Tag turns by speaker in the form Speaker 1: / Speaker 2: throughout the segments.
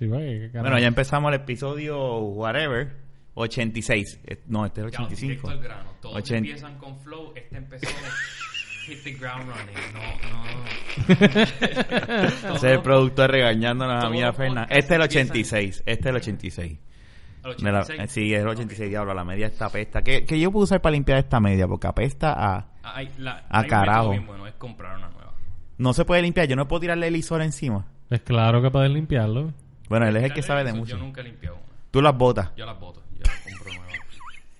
Speaker 1: güey.
Speaker 2: Bueno, ya empezamos el episodio whatever. 86. Eh, No, este es el
Speaker 3: Ya, directo
Speaker 2: 85.
Speaker 3: al grano. Todos
Speaker 2: Ochen-
Speaker 3: empiezan con flow, este empezó hit the ground running. No, no.
Speaker 2: Ese es el productor regañándonos a
Speaker 3: Todos
Speaker 2: mí a
Speaker 3: los
Speaker 2: Fernández.
Speaker 3: podcasts
Speaker 2: Este es el
Speaker 3: empiezan-
Speaker 2: 86. Este es el 86.
Speaker 3: Al
Speaker 2: Me la-
Speaker 3: 86.
Speaker 2: eh, sí, es el 86, diablo. La media está apesta. ¿Qué, qué yo puedo usar para limpiar esta media? Porque apesta a...
Speaker 3: Ah, hay- la- hay un
Speaker 2: Ah,
Speaker 3: método
Speaker 2: carajo.
Speaker 3: bien bueno, es comprar una nueva.
Speaker 2: No se puede limpiar. Yo no puedo tirarle el isor encima.
Speaker 1: Es Pues claro que puedes limpiarlo.
Speaker 2: Bueno, él es el que
Speaker 3: Dale,
Speaker 2: sabe de
Speaker 3: eso,
Speaker 2: mucho.
Speaker 3: Yo nunca he limpiado una.
Speaker 2: Tú las botas.
Speaker 3: Yo las boto, yo las compro nuevas.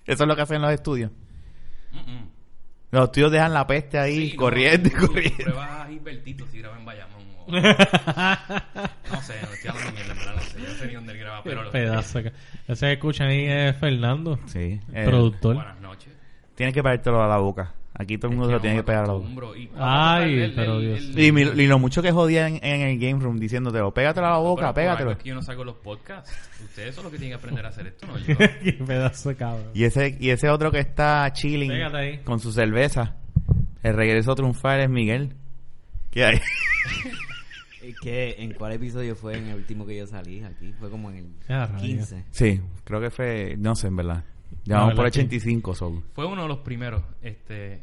Speaker 2: Eso es lo que hacen los estudios.
Speaker 3: Mm, mm.
Speaker 2: Los estudios dejan la peste ahí,
Speaker 3: Sí, no,
Speaker 2: corriente,
Speaker 3: tú
Speaker 2: corriente.
Speaker 3: Pruebas a Gilbertito si graba en Bayamón. o- no sé, no estoy hablando mierda, en verdad no sé. Yo no sé ni dónde él graba, pero lo
Speaker 1: Pedazo. que- Ese que escuchan ahí es Fernando,
Speaker 2: Sí. eh,
Speaker 1: productor.
Speaker 3: Buenas noches.
Speaker 2: tienes que pegártelo a la boca. Aquí todo el mundo se lo tiene que pegar a la boca.
Speaker 3: Acostumbro y-
Speaker 1: Ay,
Speaker 3: El- el-
Speaker 1: pero
Speaker 3: el-
Speaker 1: Dios.
Speaker 3: el-
Speaker 2: Y, mi- y lo mucho que jodía en, en el game room diciéndotelo, pégatelo a la
Speaker 3: Pero
Speaker 2: boca,
Speaker 3: por algo
Speaker 2: pégatelo.
Speaker 3: Es que yo no saco los podcasts. Ustedes son los que tienen que aprender a hacer esto, no yo.
Speaker 1: Qué pedazo, cabrón.
Speaker 2: Y ese, y ese otro que está chilling
Speaker 1: Pégate ahí.
Speaker 2: con su cerveza, el regreso triunfal es Miguel. ¿Qué hay?
Speaker 4: ¿Qué, ¿En cuál episodio fue en el último que yo salí aquí? Fue como en el
Speaker 1: Ah, rayos.
Speaker 4: 15.
Speaker 2: Sí, creo que fue, no sé, en verdad. Ya
Speaker 1: No,
Speaker 2: vamos por
Speaker 1: ¿verdad?
Speaker 2: 85, Soul.
Speaker 3: Fue uno de los primeros. Este,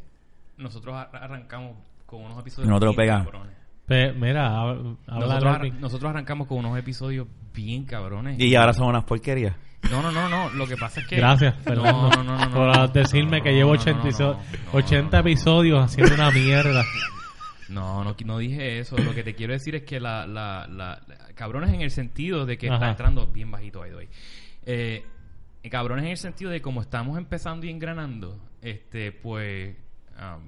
Speaker 3: nosotros ar- arrancamos con unos episodios.
Speaker 2: Y no te lo
Speaker 3: bien
Speaker 2: pegan.
Speaker 3: cabrones.
Speaker 1: Pe- mira, hab- háblale
Speaker 3: Nosotros,
Speaker 1: al
Speaker 3: ar-
Speaker 1: mic.
Speaker 3: nosotros arrancamos con unos episodios bien cabrones.
Speaker 2: Y ahora son unas porquerías.
Speaker 3: No, no, no, no. Lo que pasa es que.
Speaker 1: Gracias, Fernando,
Speaker 3: No, no, no, no, no,
Speaker 1: por
Speaker 3: no,
Speaker 1: decirme
Speaker 3: no,
Speaker 1: que llevo
Speaker 3: no, no,
Speaker 1: 80,
Speaker 3: no, no, no, no,
Speaker 1: 80
Speaker 3: no, no.
Speaker 1: episodios haciendo una mierda.
Speaker 3: No, no, qui- no dije eso. Lo que te quiero decir es que la, la, la- la- cabrones en el sentido de que
Speaker 1: Ajá.
Speaker 3: está entrando bien bajito ahí, doy. Eh, cabrones en el sentido de como estamos empezando y engranando, este, pues am,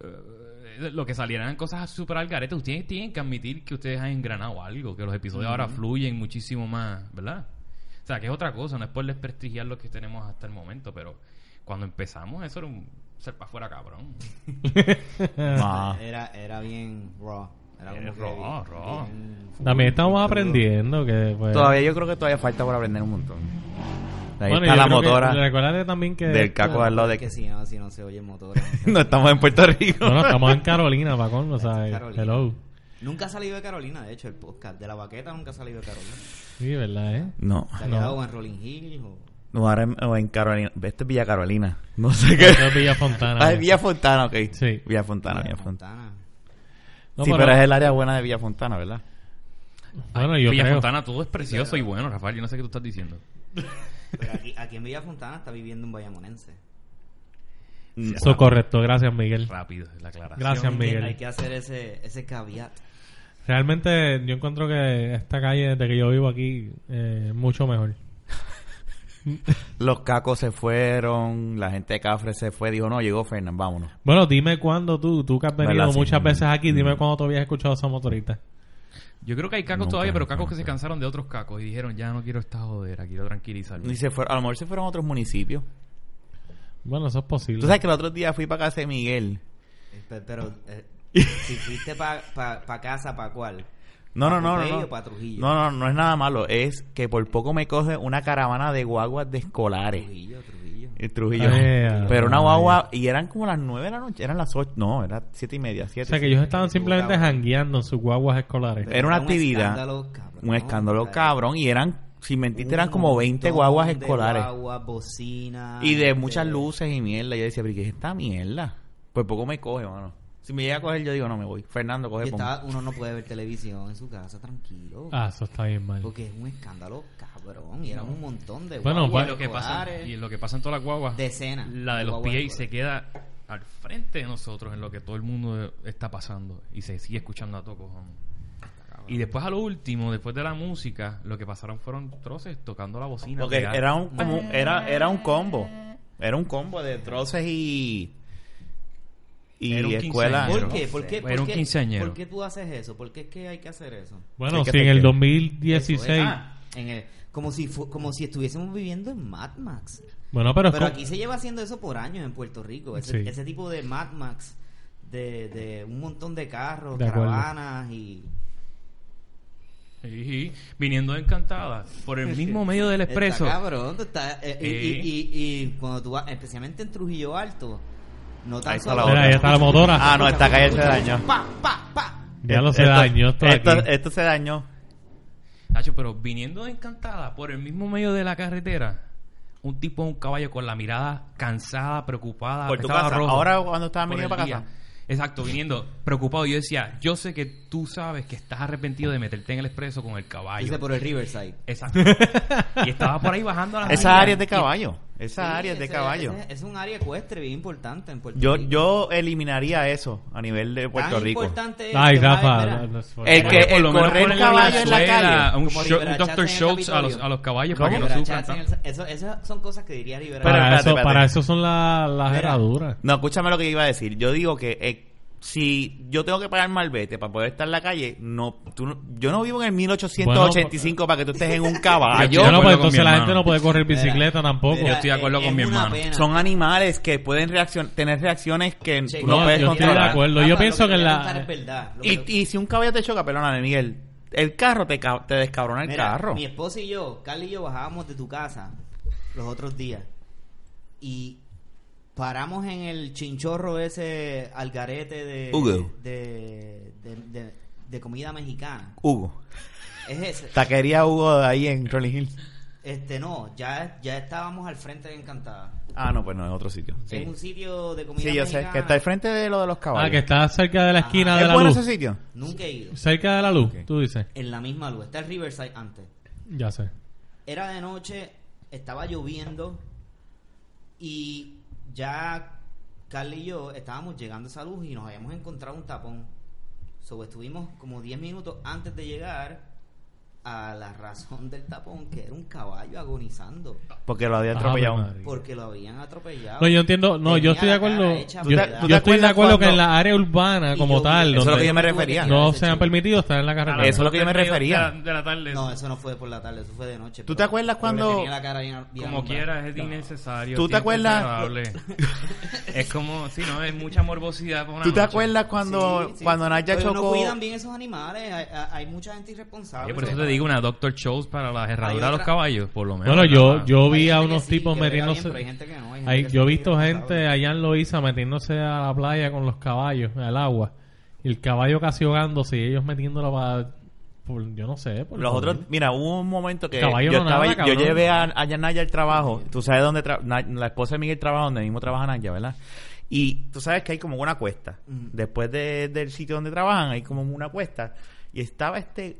Speaker 3: eh, lo que salieran cosas súper al garete, ustedes tienen que admitir que ustedes han engranado algo, que los episodios ahora fluyen muchísimo más, ¿verdad? O sea, que es otra cosa, no es por desprestigiar lo que tenemos hasta el momento, pero cuando empezamos eso era un ser para afuera cabrón.
Speaker 2: Ah.
Speaker 4: Era, era bien raw. Era como
Speaker 3: Era
Speaker 4: que
Speaker 3: raw,
Speaker 4: bien-
Speaker 3: raw.
Speaker 4: bien-
Speaker 1: Eh, También estamos aprendiendo que pues,
Speaker 2: Todavía yo creo que todavía falta por aprender un montón. Ahí
Speaker 1: bueno,
Speaker 2: está
Speaker 1: yo
Speaker 2: la
Speaker 1: creo que-
Speaker 2: motora
Speaker 1: recuérdate también que
Speaker 2: del caco al lado de
Speaker 4: Que
Speaker 2: que
Speaker 4: si no, si no se oye motor.
Speaker 2: no estamos en Puerto Rico.
Speaker 1: Bueno, estamos en Carolina, Pacón, o sea,
Speaker 4: Carolina.
Speaker 1: hello.
Speaker 4: nunca ha salido de Carolina, de hecho, el podcast. De la baqueta nunca ha salido de Carolina.
Speaker 1: Sí, ¿verdad, eh?
Speaker 2: No,
Speaker 4: Se ha
Speaker 1: No.
Speaker 4: quedado en Rolling Hills o...
Speaker 2: no ahora en, o en Carolina. Este es Villa Carolina. No sé qué.
Speaker 1: Eso es Villa Fontana.
Speaker 2: Ah, es Villa Fontana, ok.
Speaker 1: Sí.
Speaker 2: Villa Fontana, Villa Fontana.
Speaker 4: Fontana.
Speaker 1: No,
Speaker 2: sí,
Speaker 1: pero-
Speaker 2: pero es el área buena de Villa Fontana, ¿verdad?
Speaker 1: Bueno, yo
Speaker 3: Villa
Speaker 1: creo.
Speaker 3: Fontana, todo es precioso y bueno, Rafael. Yo no sé qué tú estás diciendo.
Speaker 4: Pero aquí, aquí en Villa Fontana está viviendo un bayamonense.
Speaker 2: Mm.
Speaker 1: Eso correcto, gracias, Miguel.
Speaker 3: Rápido, es la aclaración.
Speaker 1: Gracias,
Speaker 4: Hay que-
Speaker 1: Ah, Miguel.
Speaker 4: Hay que hacer ese, ese caveat.
Speaker 1: Realmente yo encuentro que esta calle desde que yo vivo aquí eh, es mucho mejor.
Speaker 2: Los cacos se fueron, la gente de Cafre se fue, dijo, no, llegó Fernán, vámonos.
Speaker 1: Bueno, dime cuándo tú, tú que has venido
Speaker 2: ¿Verdad? Sí.
Speaker 1: muchas veces aquí, dime
Speaker 2: Mm.
Speaker 1: cuándo tú habías escuchado esa motorita.
Speaker 3: Yo creo que hay cacos
Speaker 2: Nunca,
Speaker 3: todavía, pero cacos
Speaker 2: nunca,
Speaker 3: que se
Speaker 2: nunca.
Speaker 3: cansaron de otros cacos y dijeron, ya no quiero esta jodera, quiero tranquilizarme.
Speaker 2: Y se fueron, a lo mejor se fueron a otros municipios.
Speaker 1: Bueno, eso es posible.
Speaker 2: Tú sabes que el otro día fui para casa de Miguel.
Speaker 4: Eh, pe- Pero, eh, si fuiste para casa, ¿para cuál?
Speaker 2: No, no, no, no.
Speaker 4: ¿Para Pompeyo
Speaker 2: No.
Speaker 4: o para Trujillo?
Speaker 2: no, no, no es nada malo. Es que por poco me coge una caravana de guaguas de escolares.
Speaker 4: Trujillo, Trujillo.
Speaker 2: El Trujillo.
Speaker 1: Ay,
Speaker 2: Pero una
Speaker 1: ay.
Speaker 2: guagua, y eran como las nueve de la noche, eran las ocho, no, eran siete y media,
Speaker 1: O
Speaker 2: siete.
Speaker 1: sea, que ellos estaban simplemente jangueando en sus guaguas escolares.
Speaker 4: Pero
Speaker 2: era una
Speaker 4: un
Speaker 2: actividad,
Speaker 4: escándalo, cabrón.
Speaker 2: Un escándalo
Speaker 4: Era
Speaker 2: cabrón, y eran, sin mentirte, eran
Speaker 4: un
Speaker 2: como 20
Speaker 4: montón
Speaker 2: guaguas
Speaker 4: de
Speaker 2: escolares.
Speaker 4: guaguas, este, bocinas.
Speaker 2: Y de muchas luces y mierda. Yo decía, pero ¿y ¿qué es esta mierda? Pues poco me coge, mano. Si me llega a coger, yo digo, no me voy. Fernando,
Speaker 4: Y
Speaker 2: coge por
Speaker 4: estaba- uno no puede ver televisión en su casa tranquilo.
Speaker 1: Ah, eso está bien mal.
Speaker 4: Porque es un escándalo cabrón. Y eran un montón de
Speaker 1: Bueno,
Speaker 3: y,
Speaker 4: guaguas
Speaker 3: lo que pasa,
Speaker 4: escolares,
Speaker 3: y lo que pasa en todas las guaguas,
Speaker 4: decenas.
Speaker 3: la de los
Speaker 4: guaguas
Speaker 3: PA se
Speaker 4: escolares.
Speaker 3: queda al frente de nosotros en lo que todo el mundo está pasando y se sigue escuchando a todo cojón. Y después a lo último, después de la música, lo que pasaron fueron troces tocando la bocina.
Speaker 2: Porque
Speaker 3: pegar-
Speaker 2: era un, como, era, era un combo. Era un combo de troces y.
Speaker 3: Era
Speaker 2: Y
Speaker 3: un
Speaker 2: escuela.
Speaker 4: ¿Por
Speaker 3: quinceañero.
Speaker 4: qué? ¿Por qué?
Speaker 3: Era
Speaker 4: ¿Por
Speaker 3: un
Speaker 4: qué-
Speaker 3: quinceañero.
Speaker 4: ¿Por qué tú haces eso? ¿Por qué es que hay que hacer eso?
Speaker 1: Bueno,
Speaker 2: Hay que
Speaker 1: si en
Speaker 2: hacer
Speaker 1: el
Speaker 2: qué.
Speaker 1: 2016...
Speaker 4: Eso es. Ah, en el- como, si fu- como si estuviésemos viviendo en Mad Max.
Speaker 1: Bueno, pero... es
Speaker 4: Pero
Speaker 1: co-
Speaker 4: aquí se lleva haciendo eso por años en Puerto Rico. Ese,
Speaker 1: Sí.
Speaker 4: ese tipo de Mad Max, de, de un montón de carros,
Speaker 1: De acuerdo.
Speaker 4: caravanas y.
Speaker 3: Sí, sí, viniendo encantada por el mismo medio del expreso.
Speaker 4: Está cabrón, tú estás- eh, y,
Speaker 3: Sí.
Speaker 4: y- y- y cuando tú vas, especialmente en Trujillo Alto, no tan
Speaker 2: Ahí está
Speaker 4: solo-
Speaker 2: la otra.
Speaker 1: Mira, ahí está la motora.
Speaker 2: Ah, no, esta calle se dañó.
Speaker 4: Pa, pa, pa.
Speaker 1: ya lo se
Speaker 2: Esto-
Speaker 1: dañó esto,
Speaker 2: esto,
Speaker 1: aquí.
Speaker 2: esto se dañó.
Speaker 3: Tacho, pero viniendo de encantada por el mismo medio de la carretera, un tipo en un caballo con la mirada cansada,
Speaker 4: Ah,
Speaker 3: preocupada,
Speaker 2: Por tu
Speaker 3: pesada,
Speaker 2: casa.
Speaker 3: roja,
Speaker 2: Ahora, cuando estabas
Speaker 3: por
Speaker 2: venido
Speaker 3: el
Speaker 2: para
Speaker 3: día.
Speaker 2: casa.
Speaker 3: Exacto, viniendo preocupado. Yo decía, yo sé que tú sabes que estás arrepentido de meterte en el expreso con el caballo.
Speaker 4: Dice por el Riverside.
Speaker 3: Exacto. y estaba por ahí bajando la
Speaker 2: Esa área es de
Speaker 3: y-
Speaker 2: caballo. Esa
Speaker 4: Ah, Sí,
Speaker 2: área es de
Speaker 4: ese-
Speaker 2: caballo.
Speaker 4: ese Es un área ecuestre bien importante en Puerto
Speaker 2: Yo,
Speaker 4: Rico.
Speaker 2: yo eliminaría eso a nivel de Puerto
Speaker 4: Tan
Speaker 2: Rico.
Speaker 4: importante es
Speaker 1: Ay,
Speaker 4: que vas a
Speaker 1: Rafa.
Speaker 4: esperar.
Speaker 1: no, no, no,
Speaker 2: El
Speaker 1: no.
Speaker 2: que-
Speaker 3: por lo menos
Speaker 2: correr
Speaker 3: ponerle
Speaker 2: caballo en la
Speaker 3: Brizuela,
Speaker 2: calle.
Speaker 3: Un,
Speaker 4: Como
Speaker 3: show- un
Speaker 4: Rivera Chats en
Speaker 3: Dr.
Speaker 4: el
Speaker 3: Schultz a los,
Speaker 4: Capitolio.
Speaker 3: a los caballos
Speaker 4: Como
Speaker 3: para que no
Speaker 4: Rivera
Speaker 3: sufran
Speaker 4: Chats en
Speaker 3: tanto.
Speaker 4: el- eso- Esas son cosas que diría Rivera
Speaker 2: Pero-
Speaker 1: para,
Speaker 2: espérate,
Speaker 1: eso,
Speaker 2: espérate.
Speaker 1: para eso son la- las
Speaker 4: Mira.
Speaker 1: herraduras.
Speaker 2: No, escúchame lo que iba a decir. Yo digo que eh, si yo tengo que pagar malvete para poder estar en la calle, no, tú no- yo no vivo en el 1885 para que tú estés en un caballo.
Speaker 3: Yo
Speaker 1: Bueno,
Speaker 3: no puedo con
Speaker 1: pues
Speaker 3: mi
Speaker 1: entonces la
Speaker 3: hermano.
Speaker 1: gente no puede correr
Speaker 4: Mira,
Speaker 1: bicicleta tampoco.
Speaker 4: mira,
Speaker 3: Yo estoy de acuerdo
Speaker 4: es-
Speaker 3: con mi
Speaker 4: es una
Speaker 3: hermano.
Speaker 4: pena.
Speaker 2: Son animales que pueden reaccion tener reacciones que
Speaker 4: Che,
Speaker 2: tú no
Speaker 1: No,
Speaker 2: puedes
Speaker 1: yo estoy de
Speaker 2: controlar.
Speaker 1: acuerdo. Yo
Speaker 4: Rafa, lo
Speaker 1: pienso que
Speaker 4: voy a
Speaker 1: la-
Speaker 4: contar es verdad. Lo que-
Speaker 2: Y, y si un caballo te choca, perdóname, Miguel, el carro te, ca- te descabrona el
Speaker 4: Mira,
Speaker 2: carro.
Speaker 4: Mi esposa y yo, Carly y yo bajábamos de tu casa los otros días y paramos en el chinchorro ese algarete de
Speaker 2: Hugo.
Speaker 4: de, de, de- de comida mexicana.
Speaker 2: Hugo.
Speaker 4: Es ese.
Speaker 2: Taquería Hugo de ahí en Rolling Hills.
Speaker 4: Este no, ya ya estábamos al frente de Encantada.
Speaker 2: Ah, no, pues no, es otro sitio. Sí,
Speaker 4: Es un sitio de comida
Speaker 2: Sí, yo sé.
Speaker 4: mexicana.
Speaker 2: Que está al frente de lo de los caballos.
Speaker 1: Ah, que está cerca de la
Speaker 4: Ajá.
Speaker 1: esquina de
Speaker 2: ¿Es
Speaker 1: la
Speaker 2: bueno
Speaker 1: luz.
Speaker 2: ese sitio?
Speaker 4: Nunca he ido.
Speaker 1: Cerca de la luz,
Speaker 2: Ok.
Speaker 1: tú dices.
Speaker 4: En la misma luz. Está el Riverside antes.
Speaker 1: Ya sé.
Speaker 4: Era de noche, estaba lloviendo y ya Carly y yo estábamos llegando a esa luz y nos habíamos encontrado un tapón. So, estuvimos como 10 minutos antes de llegar a la razón del tapón, que era un caballo agonizando
Speaker 2: Porque lo había
Speaker 1: Ah,
Speaker 2: atropellado.
Speaker 1: madre.
Speaker 4: porque lo habían atropellado.
Speaker 1: No, yo entiendo, no,
Speaker 4: Tenía
Speaker 1: yo estoy de
Speaker 4: la cara
Speaker 1: acuerdo.
Speaker 4: hecha
Speaker 1: Yo,
Speaker 4: pedazos.
Speaker 1: yo
Speaker 2: ¿Tú te
Speaker 1: estoy de
Speaker 2: acuerdas
Speaker 1: acuerdo que en
Speaker 2: cuando-
Speaker 1: la área urbana
Speaker 4: Y
Speaker 1: como
Speaker 4: yo-
Speaker 1: tal,
Speaker 2: Eso es lo
Speaker 1: donde
Speaker 2: que yo me
Speaker 4: tuve
Speaker 2: refería.
Speaker 4: tirar
Speaker 1: no
Speaker 4: ese
Speaker 1: se han
Speaker 4: chivo.
Speaker 1: permitido estar en la
Speaker 3: A
Speaker 1: carretera.
Speaker 3: las
Speaker 2: Eso es lo que yo me
Speaker 3: dos de
Speaker 2: refería.
Speaker 3: la- De la tarde.
Speaker 4: No, eso no fue por la tarde, eso fue de noche.
Speaker 2: ¿Tú te
Speaker 4: pero-
Speaker 2: acuerdas
Speaker 4: pero le
Speaker 2: cuando-
Speaker 4: tenía la cara bien- bien
Speaker 3: Como
Speaker 4: amarrada.
Speaker 3: quiera, es innecesario.
Speaker 2: ¿Tú te
Speaker 3: tiempo
Speaker 2: acuerdas?
Speaker 3: desagradable. es como, sí, no, es mucha morbosidad. para una
Speaker 2: ¿Tú te
Speaker 3: noche.
Speaker 2: acuerdas cuando,
Speaker 4: Sí, sí,
Speaker 2: cuando
Speaker 4: sí.
Speaker 2: Naya
Speaker 4: Pero No
Speaker 2: chocó?
Speaker 4: cuidan bien esos animales, hay, hay- hay mucha gente irresponsable.
Speaker 3: Oye, por eso te digo una Doctor Shows para las herraduras de los
Speaker 4: otra-
Speaker 3: caballos, por lo menos.
Speaker 1: Bueno, yo,
Speaker 3: ¿verdad?
Speaker 1: yo vi
Speaker 4: Hay
Speaker 1: a
Speaker 4: gente que
Speaker 1: unos
Speaker 4: sí,
Speaker 1: tipos
Speaker 4: que brega bien,
Speaker 1: metiéndose.
Speaker 4: pero hay gente que no, hay gente
Speaker 1: Hay-
Speaker 4: que
Speaker 1: yo he
Speaker 4: sí,
Speaker 1: visto
Speaker 4: irresponsable.
Speaker 1: gente allá en Loiza metiéndose a la playa con los caballos, al agua. Y el caballo casi ahogándose y ellos metiéndolo para. por- yo no sé. por-
Speaker 2: Los
Speaker 1: por-
Speaker 2: otros, mira, hubo un momento que
Speaker 1: Caballo
Speaker 2: yo,
Speaker 1: no
Speaker 2: estaba,
Speaker 1: nada,
Speaker 2: yo
Speaker 1: cabrón.
Speaker 2: llevé a, a Yanaya al trabajo. Tú sabes dónde tra- Na- la esposa de Miguel trabaja, donde mismo trabaja Naya, ¿verdad? Y tú sabes que hay como una cuesta.
Speaker 4: Mm.
Speaker 2: Después de- del sitio donde trabajan, hay como una cuesta. Y estaba este,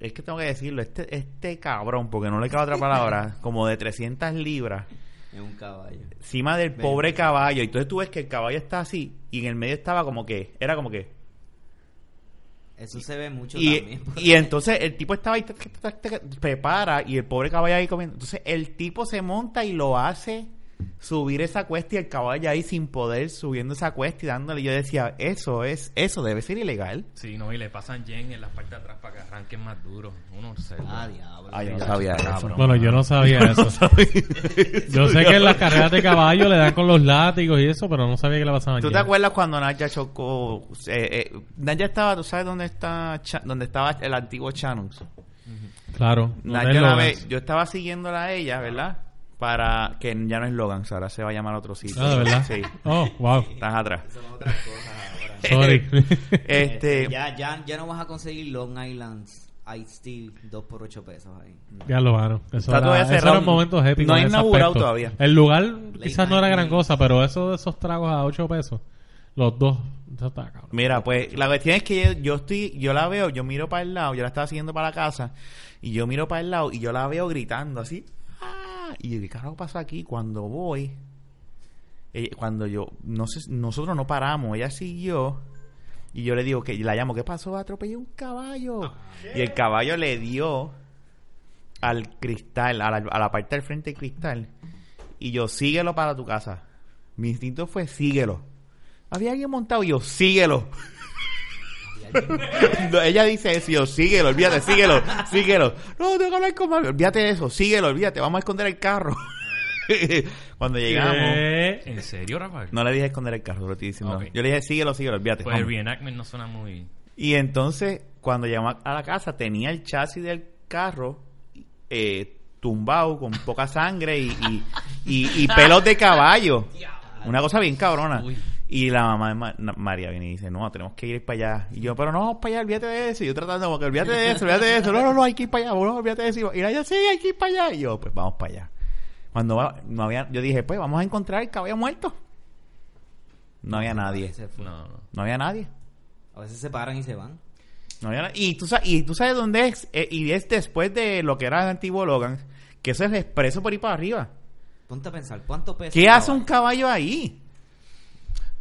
Speaker 2: es que tengo que decirlo, este, este cabrón, porque no le cabe otra palabra, como de 300 libras.
Speaker 4: Es un caballo.
Speaker 2: encima del
Speaker 4: Ven.
Speaker 2: pobre caballo. Y entonces tú ves que el caballo está así y en el medio estaba como que, era como que.
Speaker 4: Eso se ve mucho
Speaker 2: Y,
Speaker 4: también.
Speaker 2: y entonces el tipo estaba ahí, tac, tac, tac, tac, prepara y el pobre caballo ahí comiendo. Entonces el tipo se monta y lo hace subir esa cuesta y el caballo ahí sin poder subiendo esa cuesta y dándole. Yo decía, eso es, eso debe ser ilegal.
Speaker 3: Sí, no, y le pasan yen en las partes de atrás para que arranquen más duro. Uno se.
Speaker 4: Ah, diablo.
Speaker 2: Ah, yo no sabía eso.
Speaker 1: Bueno, yo no sabía eso. yo sé que en las carreras de caballo le dan con los látigos y eso, pero no sabía que le pasaban.
Speaker 2: ¿Tú te
Speaker 1: ya.
Speaker 2: acuerdas cuando Naya chocó? Eh, eh, Naya estaba, ¿tú sabes dónde está, Cha- dónde estaba el antiguo Chanus?
Speaker 1: Claro.
Speaker 2: Nah,
Speaker 1: no
Speaker 2: yo,
Speaker 1: es
Speaker 2: la
Speaker 1: lo
Speaker 2: ve-
Speaker 1: más.
Speaker 2: yo estaba siguiéndola a ella, ¿verdad? Para que ya no es Logan, ahora se va a llamar otro sitio.
Speaker 1: Ah, ¿de verdad?
Speaker 2: Sí,
Speaker 1: Oh, wow.
Speaker 2: estás atrás.
Speaker 4: Son otras cosas ahora.
Speaker 1: Sorry.
Speaker 2: Este,
Speaker 4: Ya, ya, ya no vas a conseguir Long Island's Ice Tea 2 por 8 pesos ahí.
Speaker 1: ya lo van. Eso
Speaker 2: Está
Speaker 1: era,
Speaker 2: todavía
Speaker 1: esos
Speaker 2: cerrado.
Speaker 1: eran momentos épicos.
Speaker 2: No ha
Speaker 1: en ese
Speaker 2: inaugurado
Speaker 1: aspecto.
Speaker 2: todavía.
Speaker 1: El lugar quizás no era
Speaker 4: night
Speaker 1: gran
Speaker 4: meals.
Speaker 1: cosa, pero eso, esos tragos a 8 pesos, los dos, eso está cabrón.
Speaker 2: mira, pues la cuestión es que yo, yo estoy, yo la veo, yo miro para el lado, yo la estaba siguiendo para la casa, y yo miro para el lado y yo la veo gritando así. "Ah", Y yo, ¿qué carajo pasó aquí? Cuando voy, eh, cuando yo, no sé, nosotros no paramos, ella siguió. Y yo le digo que y la llamo, ¿qué pasó? Atropellé un caballo. Y el caballo le dio al cristal, a la, a la parte del frente del cristal. Y yo, síguelo para tu casa. Mi instinto fue, síguelo. Había alguien montado y yo, síguelo. No, ella dice eso, y yo, síguelo, olvídate, síguelo, síguelo. No, tengo que hablar con mami. Olvídate de eso, síguelo, olvídate, vamos a esconder el carro. Cuando llegamos,
Speaker 1: Eh,
Speaker 3: ¿En serio, Rafael?
Speaker 2: no le dije esconder el carro, lo estoy diciendo.
Speaker 3: Ok.
Speaker 2: Yo le dije, síguelo, síguelo, olvídate.
Speaker 3: Pues el
Speaker 2: vamos".
Speaker 3: reenactment no suena muy.
Speaker 2: Y entonces, cuando llegamos a la casa, tenía el chasis del carro eh, tumbado, con poca sangre y, y- y- y pelos de caballo. Una cosa bien cabrona.
Speaker 3: Uy.
Speaker 2: Y la mamá de Ma- na- María viene y dice, no, tenemos que ir para allá. Y yo, pero no, vamos para allá, olvídate de eso. Y yo tratando, porque olvídate de eso, olvídate de eso. No, no, no, hay que ir para allá, no, olvídate de eso. Y ella, sí, hay que ir para allá. Y yo, pues vamos para allá. Cuando va- no había, yo dije, pues vamos a encontrar el caballo muerto. No había nadie.
Speaker 4: Se fue.
Speaker 3: No, no.
Speaker 2: No había nadie.
Speaker 4: A veces se paran y se van.
Speaker 2: No había na- y, tú, sa- y tú sabes dónde es. eh, y es después de lo que era el antiguo Logan, que eso es expreso por ir para arriba.
Speaker 4: Ponte a pensar, ¿cuánto pesa?
Speaker 2: ¿Qué
Speaker 4: un
Speaker 2: hace un
Speaker 4: caballo?
Speaker 2: caballo ahí?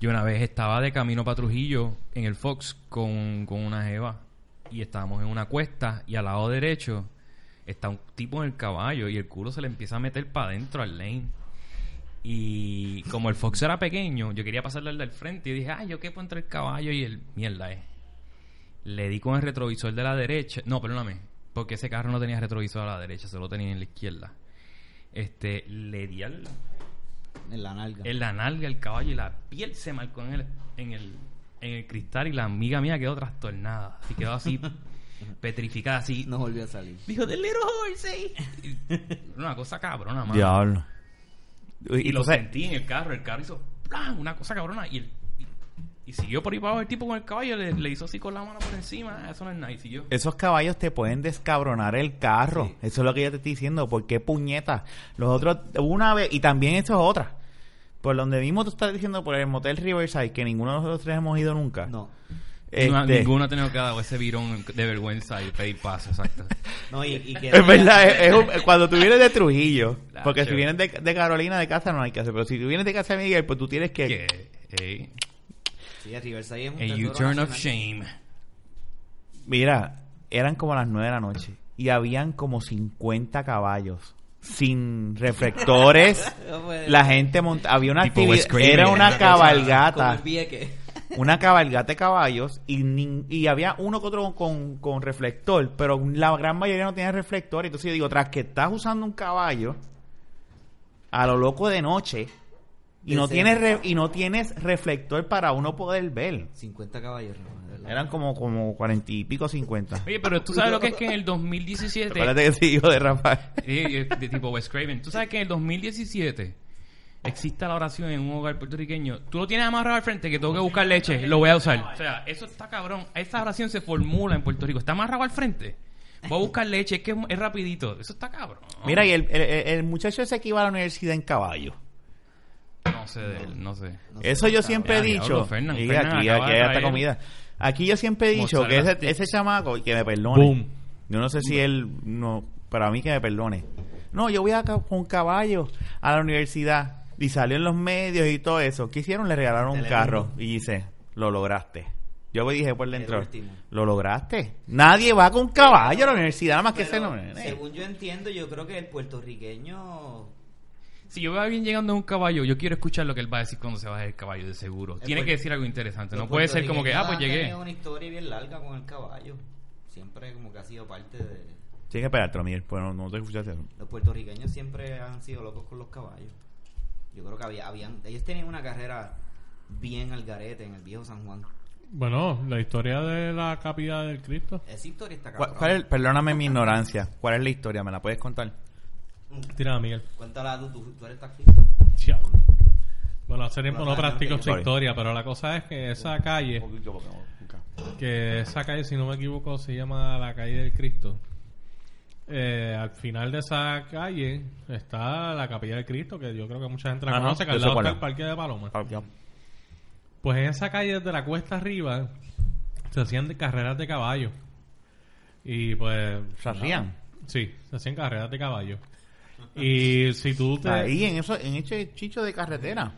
Speaker 3: Yo una vez estaba de camino para Trujillo en el Fox con, con una jeva y estábamos en una cuesta y al lado derecho está un tipo en el caballo y el culo se le empieza a meter para adentro al lane. Y como el Fox era pequeño, yo quería pasarle al del frente y dije, ah, yo quepo entre el caballo y el mierda es. Le di con el retrovisor de la derecha. No, perdóname, porque ese carro no tenía retrovisor a la derecha, solo tenía en la izquierda. Este, le di al
Speaker 4: En la nalga.
Speaker 3: en la nalga, el caballo y la piel se marcó en el, en el, en el cristal y la amiga mía quedó trastornada. Así quedó así, petrificada, así.
Speaker 4: No volvió a salir.
Speaker 3: Dijo, The Little Horse. eh". Y- Una cosa cabrona, mano.
Speaker 2: Diablo.
Speaker 3: Y,
Speaker 2: Y,
Speaker 3: lo
Speaker 2: tú sabes-
Speaker 3: sentí en el carro. El carro hizo ¡plan! una cosa cabrona. Y, el- y, y siguió por ahí para abajo el tipo con el caballo. Le, le hizo así con la mano por encima. "Ah, Eso no es nada. Y siguió.
Speaker 2: Esos caballos te pueden descabronar el carro.
Speaker 4: Sí.
Speaker 2: Eso es lo que yo te estoy diciendo. ¿Por qué puñeta? Los otros, una vez, y también esto es otra. Por donde mismo tú estás diciendo, por el motel Riverside, que ninguno de nosotros tres hemos ido nunca.
Speaker 4: No.
Speaker 3: Ninguna-
Speaker 2: Este,
Speaker 3: Ninguno ha tenido que dar ese virón de vergüenza y pedir paso, exacto.
Speaker 4: No, y, y que
Speaker 2: Es verdad, es, es un- cuando tú vienes de Trujillo,
Speaker 3: La
Speaker 2: porque si
Speaker 3: chévere.
Speaker 2: vienes de, de Carolina de casa no hay que hacer, pero si tú vienes de casa de Miguel, pues tú tienes que...
Speaker 3: que, eh,
Speaker 4: Sí, Riverside es un
Speaker 3: a
Speaker 4: tesoro
Speaker 3: U-turn of
Speaker 4: nacional.
Speaker 3: shame.
Speaker 2: Mira, eran como las nueve de la noche y habían como 50 caballos sin reflectores.
Speaker 4: No puede
Speaker 2: La gente monta había una
Speaker 3: Tipo
Speaker 2: actividad-
Speaker 3: West Craven.
Speaker 2: era una
Speaker 3: Una
Speaker 4: Como
Speaker 2: cabalgata,
Speaker 4: en Vieques.
Speaker 2: una cabalgata de caballos y, nin- y había uno que otro con, con reflector, pero la gran mayoría no tenía reflector. Entonces yo digo, tras que estás usando un caballo a lo loco de noche y no
Speaker 4: Ese-
Speaker 2: tienes re- y no tienes reflector para uno poder ver.
Speaker 4: 50 caballos, Ramón, de verdad.
Speaker 2: Eran como como cuarenta y pico, cincuenta.
Speaker 3: Oye, pero tú sabes lo que es que en el 2017.
Speaker 2: Acuérdate que sí, hijo de Rafael.
Speaker 3: Eh, eh, de tipo Wes Craven. Tú sabes que en el 2017 existe la oración en un hogar puertorriqueño. Tú lo tienes amarrado al frente que tengo que buscar leche. Lo voy a usar. O sea, eso está cabrón. Esa oración se formula en Puerto Rico. Está amarrado al frente. Voy a buscar leche. Es que es, es rapidito. Eso está cabrón.
Speaker 2: Mira, y el, el- el- el muchacho ese que iba a la universidad en caballo.
Speaker 3: No sé de él, no sé.
Speaker 4: No sé,
Speaker 2: Eso yo
Speaker 4: cabrón.
Speaker 2: siempre he
Speaker 3: Ya, diablo,
Speaker 2: dicho.
Speaker 3: Fernan,
Speaker 2: Y
Speaker 3: Fernan
Speaker 2: aquí,
Speaker 3: acaba
Speaker 2: aquí
Speaker 3: de
Speaker 2: hay hasta
Speaker 3: traer
Speaker 2: comida. Aquí yo siempre he dicho que
Speaker 3: mozzarella
Speaker 2: ese, ese chamaco, y que me perdone.
Speaker 1: Boom.
Speaker 2: Yo no sé si él, no, para mí que me perdone. No, yo voy a ca- con caballo a la universidad y salió en los medios y todo eso. ¿Qué hicieron? Le regalaron un
Speaker 4: Telemundo.
Speaker 2: carro y dice, lo lograste. Yo me dije por dentro,
Speaker 4: último.
Speaker 2: lo lograste. Nadie va con caballo a la universidad, nada más que ese
Speaker 4: Pero,
Speaker 2: no.
Speaker 4: Según yo entiendo, yo creo que el puertorriqueño.
Speaker 3: Si yo veo a alguien llegando en un caballo, yo quiero escuchar lo que él va a decir cuando se baje del caballo, de seguro.
Speaker 4: Es
Speaker 3: Tiene
Speaker 4: por-
Speaker 3: que decir algo interesante. No
Speaker 4: los
Speaker 3: puede ser como que, ah, pues
Speaker 4: puertorriqueños han
Speaker 3: llegué.
Speaker 4: tenido una historia bien larga con el caballo. Siempre como que ha sido parte de.
Speaker 2: Tienes que pegártelo, Miguel, porque no, no te escuchaste.
Speaker 4: Los puertorriqueños siempre han sido locos con los caballos. Yo creo que había, habían, ellos tenían una carrera bien al garete en el viejo San Juan.
Speaker 1: Bueno, la historia de la capilla del Cristo.
Speaker 4: Esa historia está
Speaker 2: ¿Cuál-
Speaker 4: cabrón.
Speaker 2: cuál es- perdóname mi ignorancia. ¿Cuál es la historia? ¿Me la puedes contar?
Speaker 1: Tira a Miguel.
Speaker 4: Cuéntala tú, tú, tú eres taxi.
Speaker 1: Diablo. Bueno, hace tiempo no
Speaker 4: Bueno,
Speaker 1: practico esta
Speaker 2: sorry.
Speaker 1: historia, pero la cosa es que esa calle, que esa calle, si no me equivoco, se llama la calle del Cristo. Eh, al final de esa calle está la capilla del Cristo, que yo creo que mucha gente la
Speaker 2: Ajá,
Speaker 1: conoce, que
Speaker 2: Ah, yo
Speaker 1: al
Speaker 2: sé
Speaker 1: lado
Speaker 2: cuál
Speaker 1: está
Speaker 2: es.
Speaker 1: el Parque de Palomas.
Speaker 2: Ah, ya.
Speaker 1: Pues en esa calle de la cuesta arriba se hacían de carreras de caballo. Y pues...
Speaker 2: ¿Se hacían?
Speaker 1: Sí, se hacían carreras de caballo. Y si tú te...
Speaker 2: Ahí en eso, en ese chicho de carretera.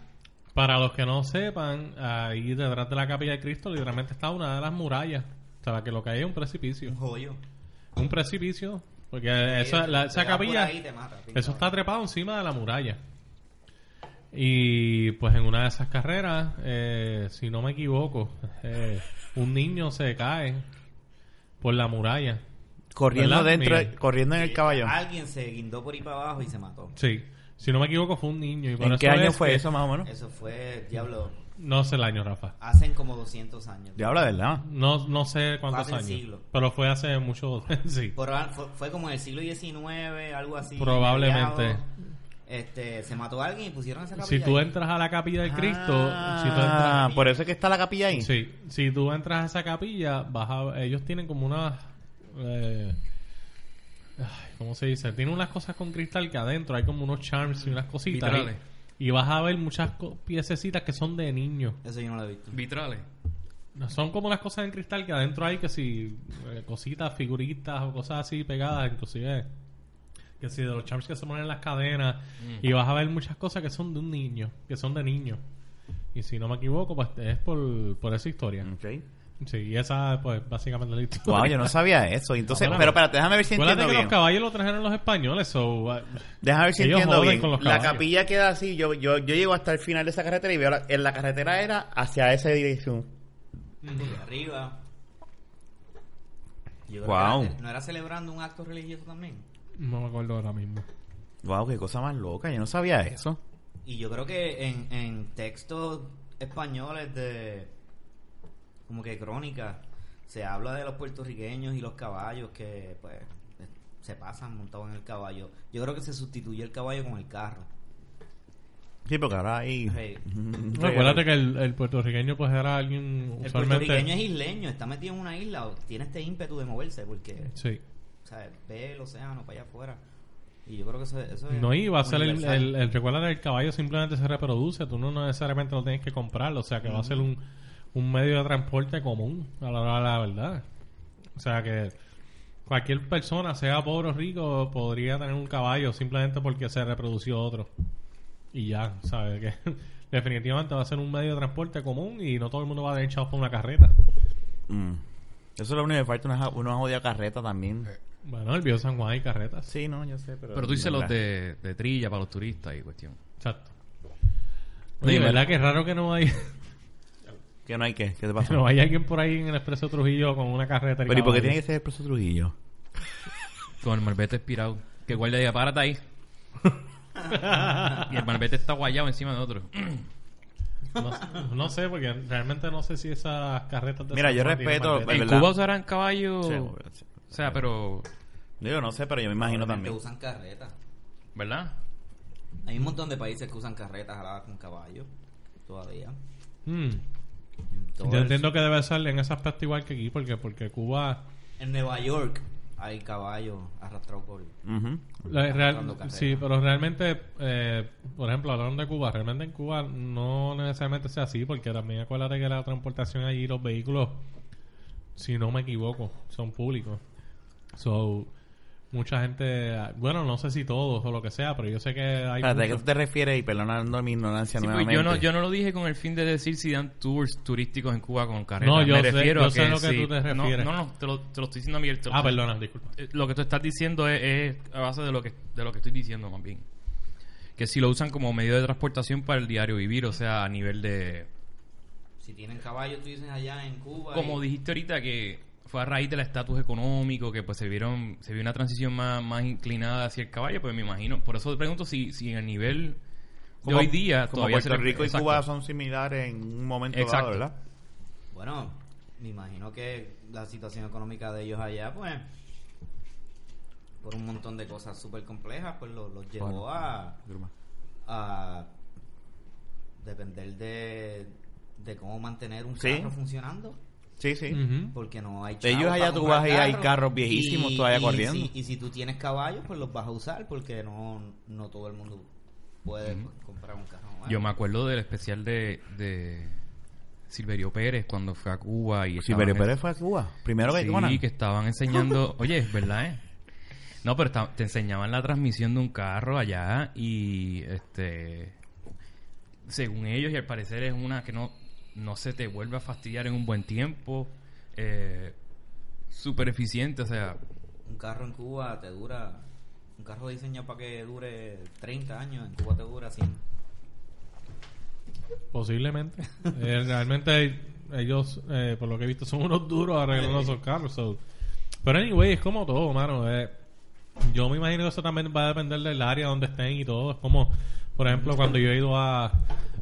Speaker 1: Para los que no sepan, ahí detrás de la capilla de Cristo literalmente está una de las murallas. O sea, que lo que hay es un precipicio.
Speaker 4: Un joyo.
Speaker 1: Un precipicio. Porque esa, la- esa
Speaker 4: Te da por
Speaker 1: capilla...
Speaker 4: ahí y te mata, pinta.
Speaker 1: Eso está trepado encima de la muralla. Y pues en una de esas carreras, eh, si no me equivoco, eh, un niño se cae por la muralla.
Speaker 2: Corriendo
Speaker 1: ¿Verdad,
Speaker 2: dentro,
Speaker 1: Miguel?
Speaker 2: corriendo en el caballo.
Speaker 4: Alguien se guindó por ahí para abajo y se mató.
Speaker 1: Sí, si no me equivoco fue un niño. Y por
Speaker 2: ¿En
Speaker 1: eso
Speaker 2: qué año
Speaker 1: es
Speaker 2: fue
Speaker 1: que-
Speaker 2: eso más o menos?
Speaker 4: Eso fue, diablo,
Speaker 1: No sé el año, Rafa.
Speaker 4: hacen como 200 años.
Speaker 2: Ya habla verdad.
Speaker 1: No, no sé cuántos
Speaker 4: Fue
Speaker 1: años.
Speaker 4: hace siglos.
Speaker 1: Pero fue hace mucho... sí.
Speaker 4: Por- fue, fue como en el siglo XIX, algo así.
Speaker 1: Probablemente.
Speaker 4: mediados. Este, se mató a alguien y pusieron esa capilla.
Speaker 1: Si tú
Speaker 4: ahí.
Speaker 1: entras a la capilla del Cristo, si tú
Speaker 2: Ah,
Speaker 1: entras,
Speaker 2: por eso es que está la capilla ahí.
Speaker 1: sí, si tú entras a esa capilla, vas a- ellos tienen como unas, eh, ay, ¿cómo se dice? Tienen unas cosas con cristal que adentro hay como unos charms y unas cositas.
Speaker 3: Vitrales.
Speaker 1: Y, y vas a ver muchas co- piececitas que son de niños.
Speaker 4: Eso yo no lo he visto.
Speaker 3: Vitrales.
Speaker 1: No, Son como las cosas en cristal que adentro hay que si eh, cositas, figuritas o cosas así pegadas, inclusive que si de los charms que se ponen en las cadenas y vas a ver muchas cosas que son de un niño, que son de niño. Y si no me equivoco, pues es por, por esa historia.
Speaker 2: Ok.
Speaker 1: Sí, y esa pues básicamente la historia.
Speaker 2: Wow, yo no sabía eso. Entonces,
Speaker 1: Ahora-
Speaker 2: pero espérate, déjame ver si
Speaker 1: Acuérdate
Speaker 2: entiendo
Speaker 1: que
Speaker 2: bien.
Speaker 1: los caballos lo trajeron los españoles, so, eh,
Speaker 2: Déjame ver si
Speaker 1: Ellos
Speaker 2: entiendo
Speaker 1: joden
Speaker 2: bien.
Speaker 1: con los
Speaker 2: La
Speaker 1: caballos.
Speaker 2: capilla queda así. Yo, yo, yo llego hasta el final de esa carretera y veo la, en la carretera era hacia esa dirección.
Speaker 4: Arriba. Yo creo que
Speaker 2: Guau.
Speaker 4: era- ¿No era celebrando un acto religioso también?
Speaker 1: no me acuerdo ahora mismo.
Speaker 2: Wow, qué cosa más loca. Yo no sabía eso.
Speaker 4: Y yo creo que en, en textos españoles de como que crónicas se habla de los puertorriqueños y los caballos que pues se pasan montados en el caballo. Yo creo que se sustituye el caballo con el carro.
Speaker 2: Sí, porque ahora ahí.
Speaker 4: Sí.
Speaker 1: No, acuérdate que el, el puertorriqueño pues era alguien
Speaker 4: El
Speaker 1: usualmente...
Speaker 4: puertorriqueño es isleño, está metido en una isla, o tiene este ímpetu de moverse porque
Speaker 1: Sí.
Speaker 4: o sea, ve el océano para allá afuera. Y yo creo que eso, eso es
Speaker 1: No, y va a ser el,
Speaker 4: universal.
Speaker 1: el, el recuerda del caballo simplemente se reproduce, tú no necesariamente lo tienes que comprar, o sea que va a ser un, un medio de transporte común, a la hora de la verdad. O sea que cualquier persona, sea pobre o rico, podría tener un caballo simplemente porque se reprodució otro. Y ya, ¿sabes? Que definitivamente va a ser un medio de transporte común y no todo el mundo va a tener chavos por una carreta.
Speaker 2: Mm. Eso es lo único que falta, una, una jodida carreta también.
Speaker 1: Bueno, el viejo San Juan hay carretas.
Speaker 2: Sí, no, yo sé, pero.
Speaker 3: Pero tú dices los
Speaker 2: ¿verdad?
Speaker 3: de, de trilla para los turistas y cuestión.
Speaker 1: Exacto.
Speaker 2: No,
Speaker 1: Oye,
Speaker 2: y
Speaker 1: ¿verdad que es raro que no hay...
Speaker 2: Que no hay que. ¿Qué te pasa?
Speaker 1: Pero hay alguien por ahí en el expreso Trujillo con una carreta.
Speaker 2: pero ¿y por qué
Speaker 1: caballo.
Speaker 2: tiene que ser el preso Trujillo?
Speaker 3: Con el malvete expirado. Que el guardia diga, párate ahí. y el malvete está guayado encima de otro.
Speaker 1: No, no sé, porque realmente no sé si esas carretas. de
Speaker 2: Mira,
Speaker 1: San
Speaker 2: yo
Speaker 1: Juan tienen
Speaker 2: respeto-
Speaker 1: malvete.
Speaker 3: en
Speaker 2: verdad.
Speaker 3: Cuba usarán caballo. o
Speaker 2: Sí,
Speaker 3: sea, pero.
Speaker 2: Digo, no sé, pero yo me imagino
Speaker 4: Obviamente
Speaker 2: también.
Speaker 4: usan carretas.
Speaker 3: ¿Verdad?
Speaker 4: Hay un montón de países que usan carretas jaladas con caballo todavía.
Speaker 1: Mm,
Speaker 4: En todo
Speaker 1: Yo
Speaker 4: el-
Speaker 1: entiendo que debe ser en ese aspecto igual que aquí, porque, porque Cuba.
Speaker 4: En Nueva York hay caballo arrastrado por.
Speaker 2: Ujú.
Speaker 1: la- real-
Speaker 4: Arrastrando carreras.
Speaker 1: sí, pero realmente, eh, por ejemplo, hablando de Cuba, realmente en Cuba no necesariamente sea así, porque también acuérdate que la transportación allí, los vehículos, si no me equivoco, son públicos. So, mucha gente. ah, Bueno, no sé si todos o lo que sea, pero yo sé que hay.
Speaker 2: Espérate, ¿a qué
Speaker 1: muchos-
Speaker 2: tú te refieres? Y perdonando mi ignorancia
Speaker 3: Sí, pues
Speaker 2: nuevamente.
Speaker 3: yo, no, yo no lo dije con el fin de decir si dan tours turísticos en Cuba con carretas.
Speaker 1: No, yo
Speaker 3: Me
Speaker 1: sé-
Speaker 3: refiero
Speaker 1: yo
Speaker 3: a
Speaker 1: sé lo que
Speaker 3: si-
Speaker 1: tú te refieres.
Speaker 3: No, no, no, te lo, te lo estoy diciendo a Miguel. te lo
Speaker 1: Ah,
Speaker 3: estoy-
Speaker 1: perdona, disculpa.
Speaker 3: eh, Lo que tú estás diciendo es, es a base de lo, que, de lo que estoy diciendo, más bien. Que si lo usan como medio de transportación para el diario vivir, o sea, a nivel de.
Speaker 4: Si tienen caballo, tú dices allá en Cuba.
Speaker 3: Como
Speaker 4: y-
Speaker 3: dijiste ahorita que fue a raíz del estatus económico que pues se vieron se vio una transición más, más inclinada hacia el caballo, pues me imagino, por eso te pregunto si si en el nivel de
Speaker 2: Como-
Speaker 3: hoy día
Speaker 2: como
Speaker 3: todavía se
Speaker 2: Puerto
Speaker 3: le-
Speaker 2: Rico y
Speaker 3: Exacto.
Speaker 2: Cuba son similares en un momento
Speaker 3: Exacto.
Speaker 2: dado, ¿verdad?
Speaker 4: Bueno, me imagino que la situación económica de ellos allá, pues. Por un montón de cosas súper complejas, pues lo- los llevó a. a depender de, de cómo mantener un
Speaker 2: Sí.
Speaker 4: carro funcionando.
Speaker 2: Sí, sí.
Speaker 1: Ujú.
Speaker 4: Porque no hay
Speaker 2: Ellos
Speaker 4: chavos
Speaker 2: allá
Speaker 4: para
Speaker 2: tú
Speaker 4: comprar
Speaker 2: vas y hay carros viejísimos todavía
Speaker 4: y
Speaker 2: corriendo.
Speaker 4: Si, y si tú tienes caballos, pues los vas a usar porque no, no todo el mundo puede pues, comprar un carro nuevo.
Speaker 3: Yo me acuerdo del especial de, de Silverio Pérez cuando fue a Cuba y
Speaker 2: Sí,
Speaker 3: estaban
Speaker 2: pero
Speaker 3: en-
Speaker 2: Pérez fue a Cuba. Primero que
Speaker 3: sí,
Speaker 2: Conan.
Speaker 3: que estaban enseñando, oye, es verdad, eh. No, pero esta- te enseñaban la transmisión de un carro allá y este según ellos y al parecer es una que no no se te vuelve a fastidiar en un buen tiempo. Eh, Súper eficiente, o sea,
Speaker 4: Un carro en Cuba te dura... Un carro diseñado para que dure 30 años, en Cuba te dura 100.
Speaker 1: Posiblemente. Eh, realmente ellos, eh, por lo que he visto, son unos duros arreglando esos carros. so. Pero anyway, es como todo, mano. eh. yo me imagino que eso también va a depender del área donde estén y todo. Es como, por ejemplo, cuando yo he ido a,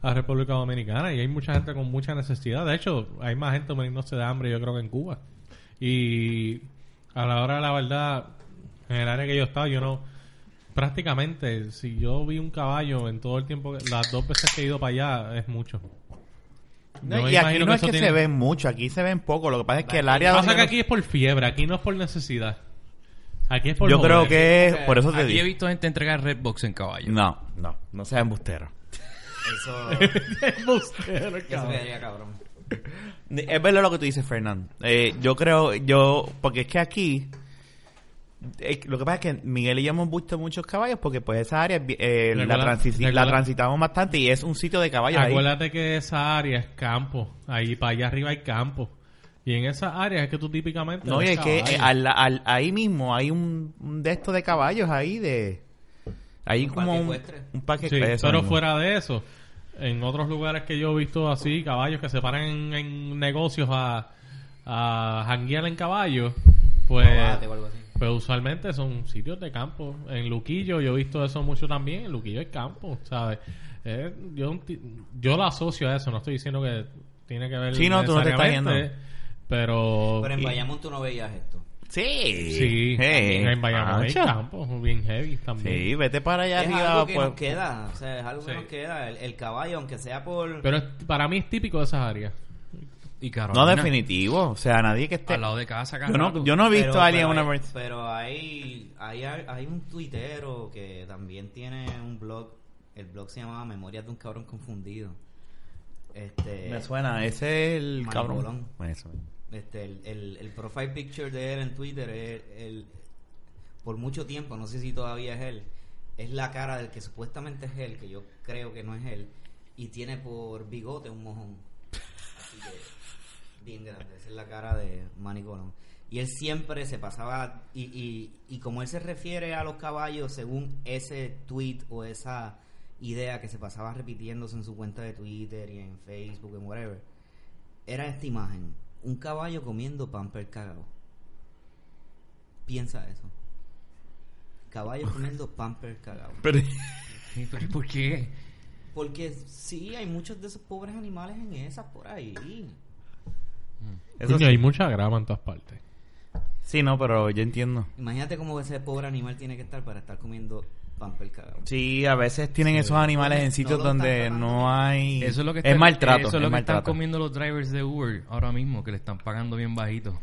Speaker 1: a República Dominicana y hay mucha gente con mucha necesidad. De hecho, hay más gente muriéndose de hambre, yo creo que en Cuba. Y a la hora de la verdad, en el área que yo estaba, yo no... prácticamente, si yo vi un caballo en todo el tiempo, que- las dos veces que he ido para allá, es mucho. Yo me
Speaker 2: y aquí
Speaker 1: imagino
Speaker 2: no es
Speaker 1: eso
Speaker 2: que se
Speaker 1: tiene-
Speaker 2: ven mucho, aquí se ven poco. Lo que pasa es que el área
Speaker 1: Pasa que
Speaker 2: donde-
Speaker 1: aquí es por fiebre, aquí no es por necesidad. Aquí es por
Speaker 2: yo creo
Speaker 1: joder.
Speaker 2: que es por eso te
Speaker 3: Aquí he
Speaker 2: digo.
Speaker 3: visto gente entregar Redbox en caballo.
Speaker 2: No, no, no seas embustero.
Speaker 4: Eso, eso quedaría cabrón.
Speaker 2: Es verdad lo que tú dices, Fernando. Eh, yo creo, yo, porque es que aquí, eh, lo que pasa es que Miguel y yo hemos visto muchos caballos porque pues esa área es bi- eh, la,
Speaker 1: Recuerda-
Speaker 2: transi- la
Speaker 1: recuerda-
Speaker 2: transitamos bastante y es un sitio de caballos. ahí.
Speaker 1: Acuérdate que esa área es campo. Ahí para allá arriba hay campo. Y en esas áreas es que tú típicamente.
Speaker 2: No, y
Speaker 1: ves
Speaker 2: es que
Speaker 1: caballos.
Speaker 2: eh, al- al- ahí mismo hay un, un de estos de caballos ahí de... Hay
Speaker 4: Un
Speaker 2: como
Speaker 4: parque
Speaker 2: un,
Speaker 4: ecuestre.
Speaker 2: un parque
Speaker 1: Sí,
Speaker 2: eso
Speaker 1: pero
Speaker 2: mismo.
Speaker 1: fuera de eso, en otros lugares que yo he visto así, caballos que se paran en, en negocios a, a janguear en caballos, pues,
Speaker 4: Abate o algo así.
Speaker 1: pues usualmente son sitios de campo. En Luquillo yo he visto eso mucho también, en Luquillo hay campo, ¿sabes? Eh, yo, enti- yo lo asocio a eso, no estoy diciendo que tiene que ver
Speaker 2: Sí, no, tú no te estás
Speaker 1: necesariamente,
Speaker 2: yendo.
Speaker 1: Pero,
Speaker 4: Pero en Bayamón tú no veías esto.
Speaker 2: Sí.
Speaker 1: sí,
Speaker 2: Hey.
Speaker 1: en Bayamón hay
Speaker 2: Ancho.
Speaker 1: campo, bien heavy también.
Speaker 2: Sí, vete para allá
Speaker 4: es
Speaker 2: arriba.
Speaker 4: algo que
Speaker 2: pues.
Speaker 4: nos queda, o sea, es algo que
Speaker 1: Sí.
Speaker 4: nos queda. El, el caballo, aunque sea por...
Speaker 1: Pero es- para mí es típico de esas áreas.
Speaker 3: Y Carolina.
Speaker 2: No, definitivo. O sea, nadie que esté...
Speaker 3: Al lado de casa,
Speaker 2: Yo no,
Speaker 3: carajo.
Speaker 2: yo no he
Speaker 4: pero-
Speaker 2: visto a alguien en
Speaker 4: pero
Speaker 2: una...
Speaker 4: hay-
Speaker 2: emergencia.
Speaker 4: Pero hay, hay, hay un tuitero que también tiene un blog. El blog se llamaba Memorias de un cabrón confundido. Este,
Speaker 2: Me suena, ese es el
Speaker 4: Manigolón.
Speaker 2: cabrón. Eso.
Speaker 4: este, el, el, el profile picture de él en Twitter es el, por mucho tiempo, no sé si todavía es él, es la cara del que supuestamente es él, que yo creo que no es él, y tiene por bigote un mojón. Así que, bien grande, esa es la cara de Manny Colón. Y él siempre se pasaba, y, y, y como él se refiere a los caballos según ese tweet o esa idea que se pasaba repitiéndose en su cuenta de Twitter y en Facebook, en whatever, era esta imagen. Un caballo comiendo pamper cagado. Piensa eso. Caballo comiendo pamper cagado.
Speaker 2: Pero,
Speaker 3: Sí, pero ¿Por qué?
Speaker 4: Porque sí, hay muchos de esos pobres animales en esas por ahí.
Speaker 2: eso
Speaker 1: Coño, hay mucha grama en todas partes.
Speaker 2: sí, no, pero yo entiendo.
Speaker 4: Imagínate cómo ese pobre animal tiene que estar para estar comiendo pamper cagado.
Speaker 2: Sí, a veces tienen esos animales en sitios
Speaker 4: lo
Speaker 2: donde
Speaker 4: están tratando
Speaker 2: no hay...
Speaker 3: Eso es lo que
Speaker 2: es
Speaker 3: está-
Speaker 2: maltrato.
Speaker 3: Eso es lo que
Speaker 2: maltrato.
Speaker 3: están comiendo los drivers de Uber ahora mismo, que le están pagando bien bajito.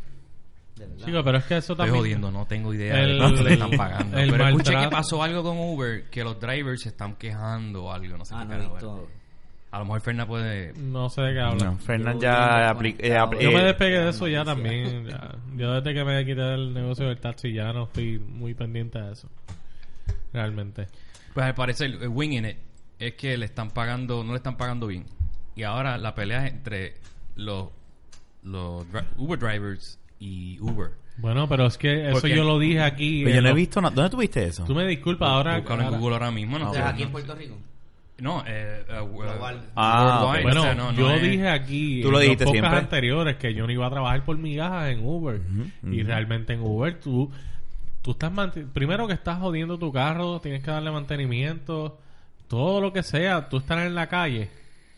Speaker 4: De verdad.
Speaker 1: Chico, pero es que eso
Speaker 3: Estoy
Speaker 1: también.
Speaker 3: jodiendo, no tengo idea
Speaker 1: El-
Speaker 3: de cuánto le están pagando.
Speaker 1: el
Speaker 3: Pero escuché que
Speaker 1: maltrato.
Speaker 3: pasó algo con Uber, que los drivers se están quejando o algo, no sé
Speaker 4: ah,
Speaker 3: qué
Speaker 4: no he
Speaker 3: carajo era.
Speaker 4: visto.
Speaker 3: A lo mejor Ferna puede...
Speaker 1: No sé de qué hablas.
Speaker 2: No, Fernan
Speaker 4: Yo
Speaker 2: ya
Speaker 4: tengo
Speaker 2: apli- eh,
Speaker 4: conectado.
Speaker 2: apl-
Speaker 1: Yo me
Speaker 2: eh,
Speaker 1: despegué de
Speaker 4: la
Speaker 1: eso ya
Speaker 4: noticia.
Speaker 1: también. ya. Yo desde que me quité del negocio del taxi ya no estoy muy pendiente de eso. Realmente.
Speaker 3: Pues al parecer, el win in it es que le están pagando, no le están pagando bien. Y ahora la pelea es entre los, los dri- Uber drivers y Uber.
Speaker 1: Bueno, pero es que eso
Speaker 3: Porque-
Speaker 1: yo lo dije aquí.
Speaker 2: pero Pues yo
Speaker 1: en
Speaker 2: no he
Speaker 1: los-
Speaker 2: visto nada. ¿Dónde tuviste eso?
Speaker 1: Tú me disculpas ahora.
Speaker 3: Búscalo en
Speaker 1: ahora-
Speaker 3: Google ahora mismo. No,
Speaker 4: O
Speaker 3: sé,
Speaker 4: sea, aquí en
Speaker 3: no,
Speaker 4: Puerto Rico.
Speaker 3: no, eh, eh,
Speaker 4: Global.
Speaker 2: Ah,
Speaker 3: worldwide,
Speaker 1: Bueno,
Speaker 3: o sea, no, no
Speaker 1: yo
Speaker 3: es-
Speaker 1: dije aquí
Speaker 2: Tú lo
Speaker 1: en
Speaker 2: dijiste
Speaker 1: los podcasts
Speaker 2: siempre.
Speaker 1: anteriores que yo no iba a trabajar por migajas en Uber. Y realmente en Uber tú, tú estás... manti- Primero que estás jodiendo tu carro, tienes que darle mantenimiento, todo lo que sea. Tú estar en la calle,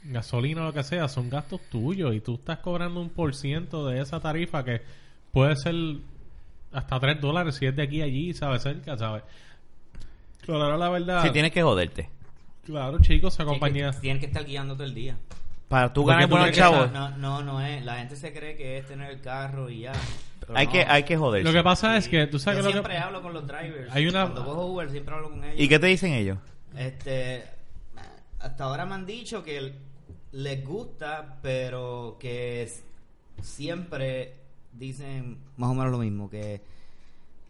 Speaker 1: gasolina, lo que sea, son gastos tuyos y tú estás cobrando un por ciento de esa tarifa que puede ser hasta 3 dólares si es de aquí a allí, ¿sabes? Cerca, ¿sabes? Claro, la verdad.
Speaker 2: Sí, tienes que joderte.
Speaker 1: Claro, chicos, esa compañía... Ah.
Speaker 4: Tienen que, tienen que estar guiando todo el día.
Speaker 2: Para tú
Speaker 1: Porque tú
Speaker 2: ganar buenos
Speaker 1: crees que esa-
Speaker 2: chavos,
Speaker 4: No, no, no es. La gente se cree que es tener el carro y ya. Pero
Speaker 2: hay,
Speaker 4: no.
Speaker 2: que, hay que joderse.
Speaker 1: Lo que pasa es que tú sabes
Speaker 4: Yo
Speaker 1: que lo
Speaker 4: siempre
Speaker 1: que...
Speaker 4: hablo con los drivers.
Speaker 1: Hay una-
Speaker 4: Cuando cojo Uber siempre hablo con ellos.
Speaker 2: ¿Y qué te dicen ellos?
Speaker 4: Este, hasta ahora me han dicho que l- les gusta, pero que s- siempre dicen más o menos lo mismo, que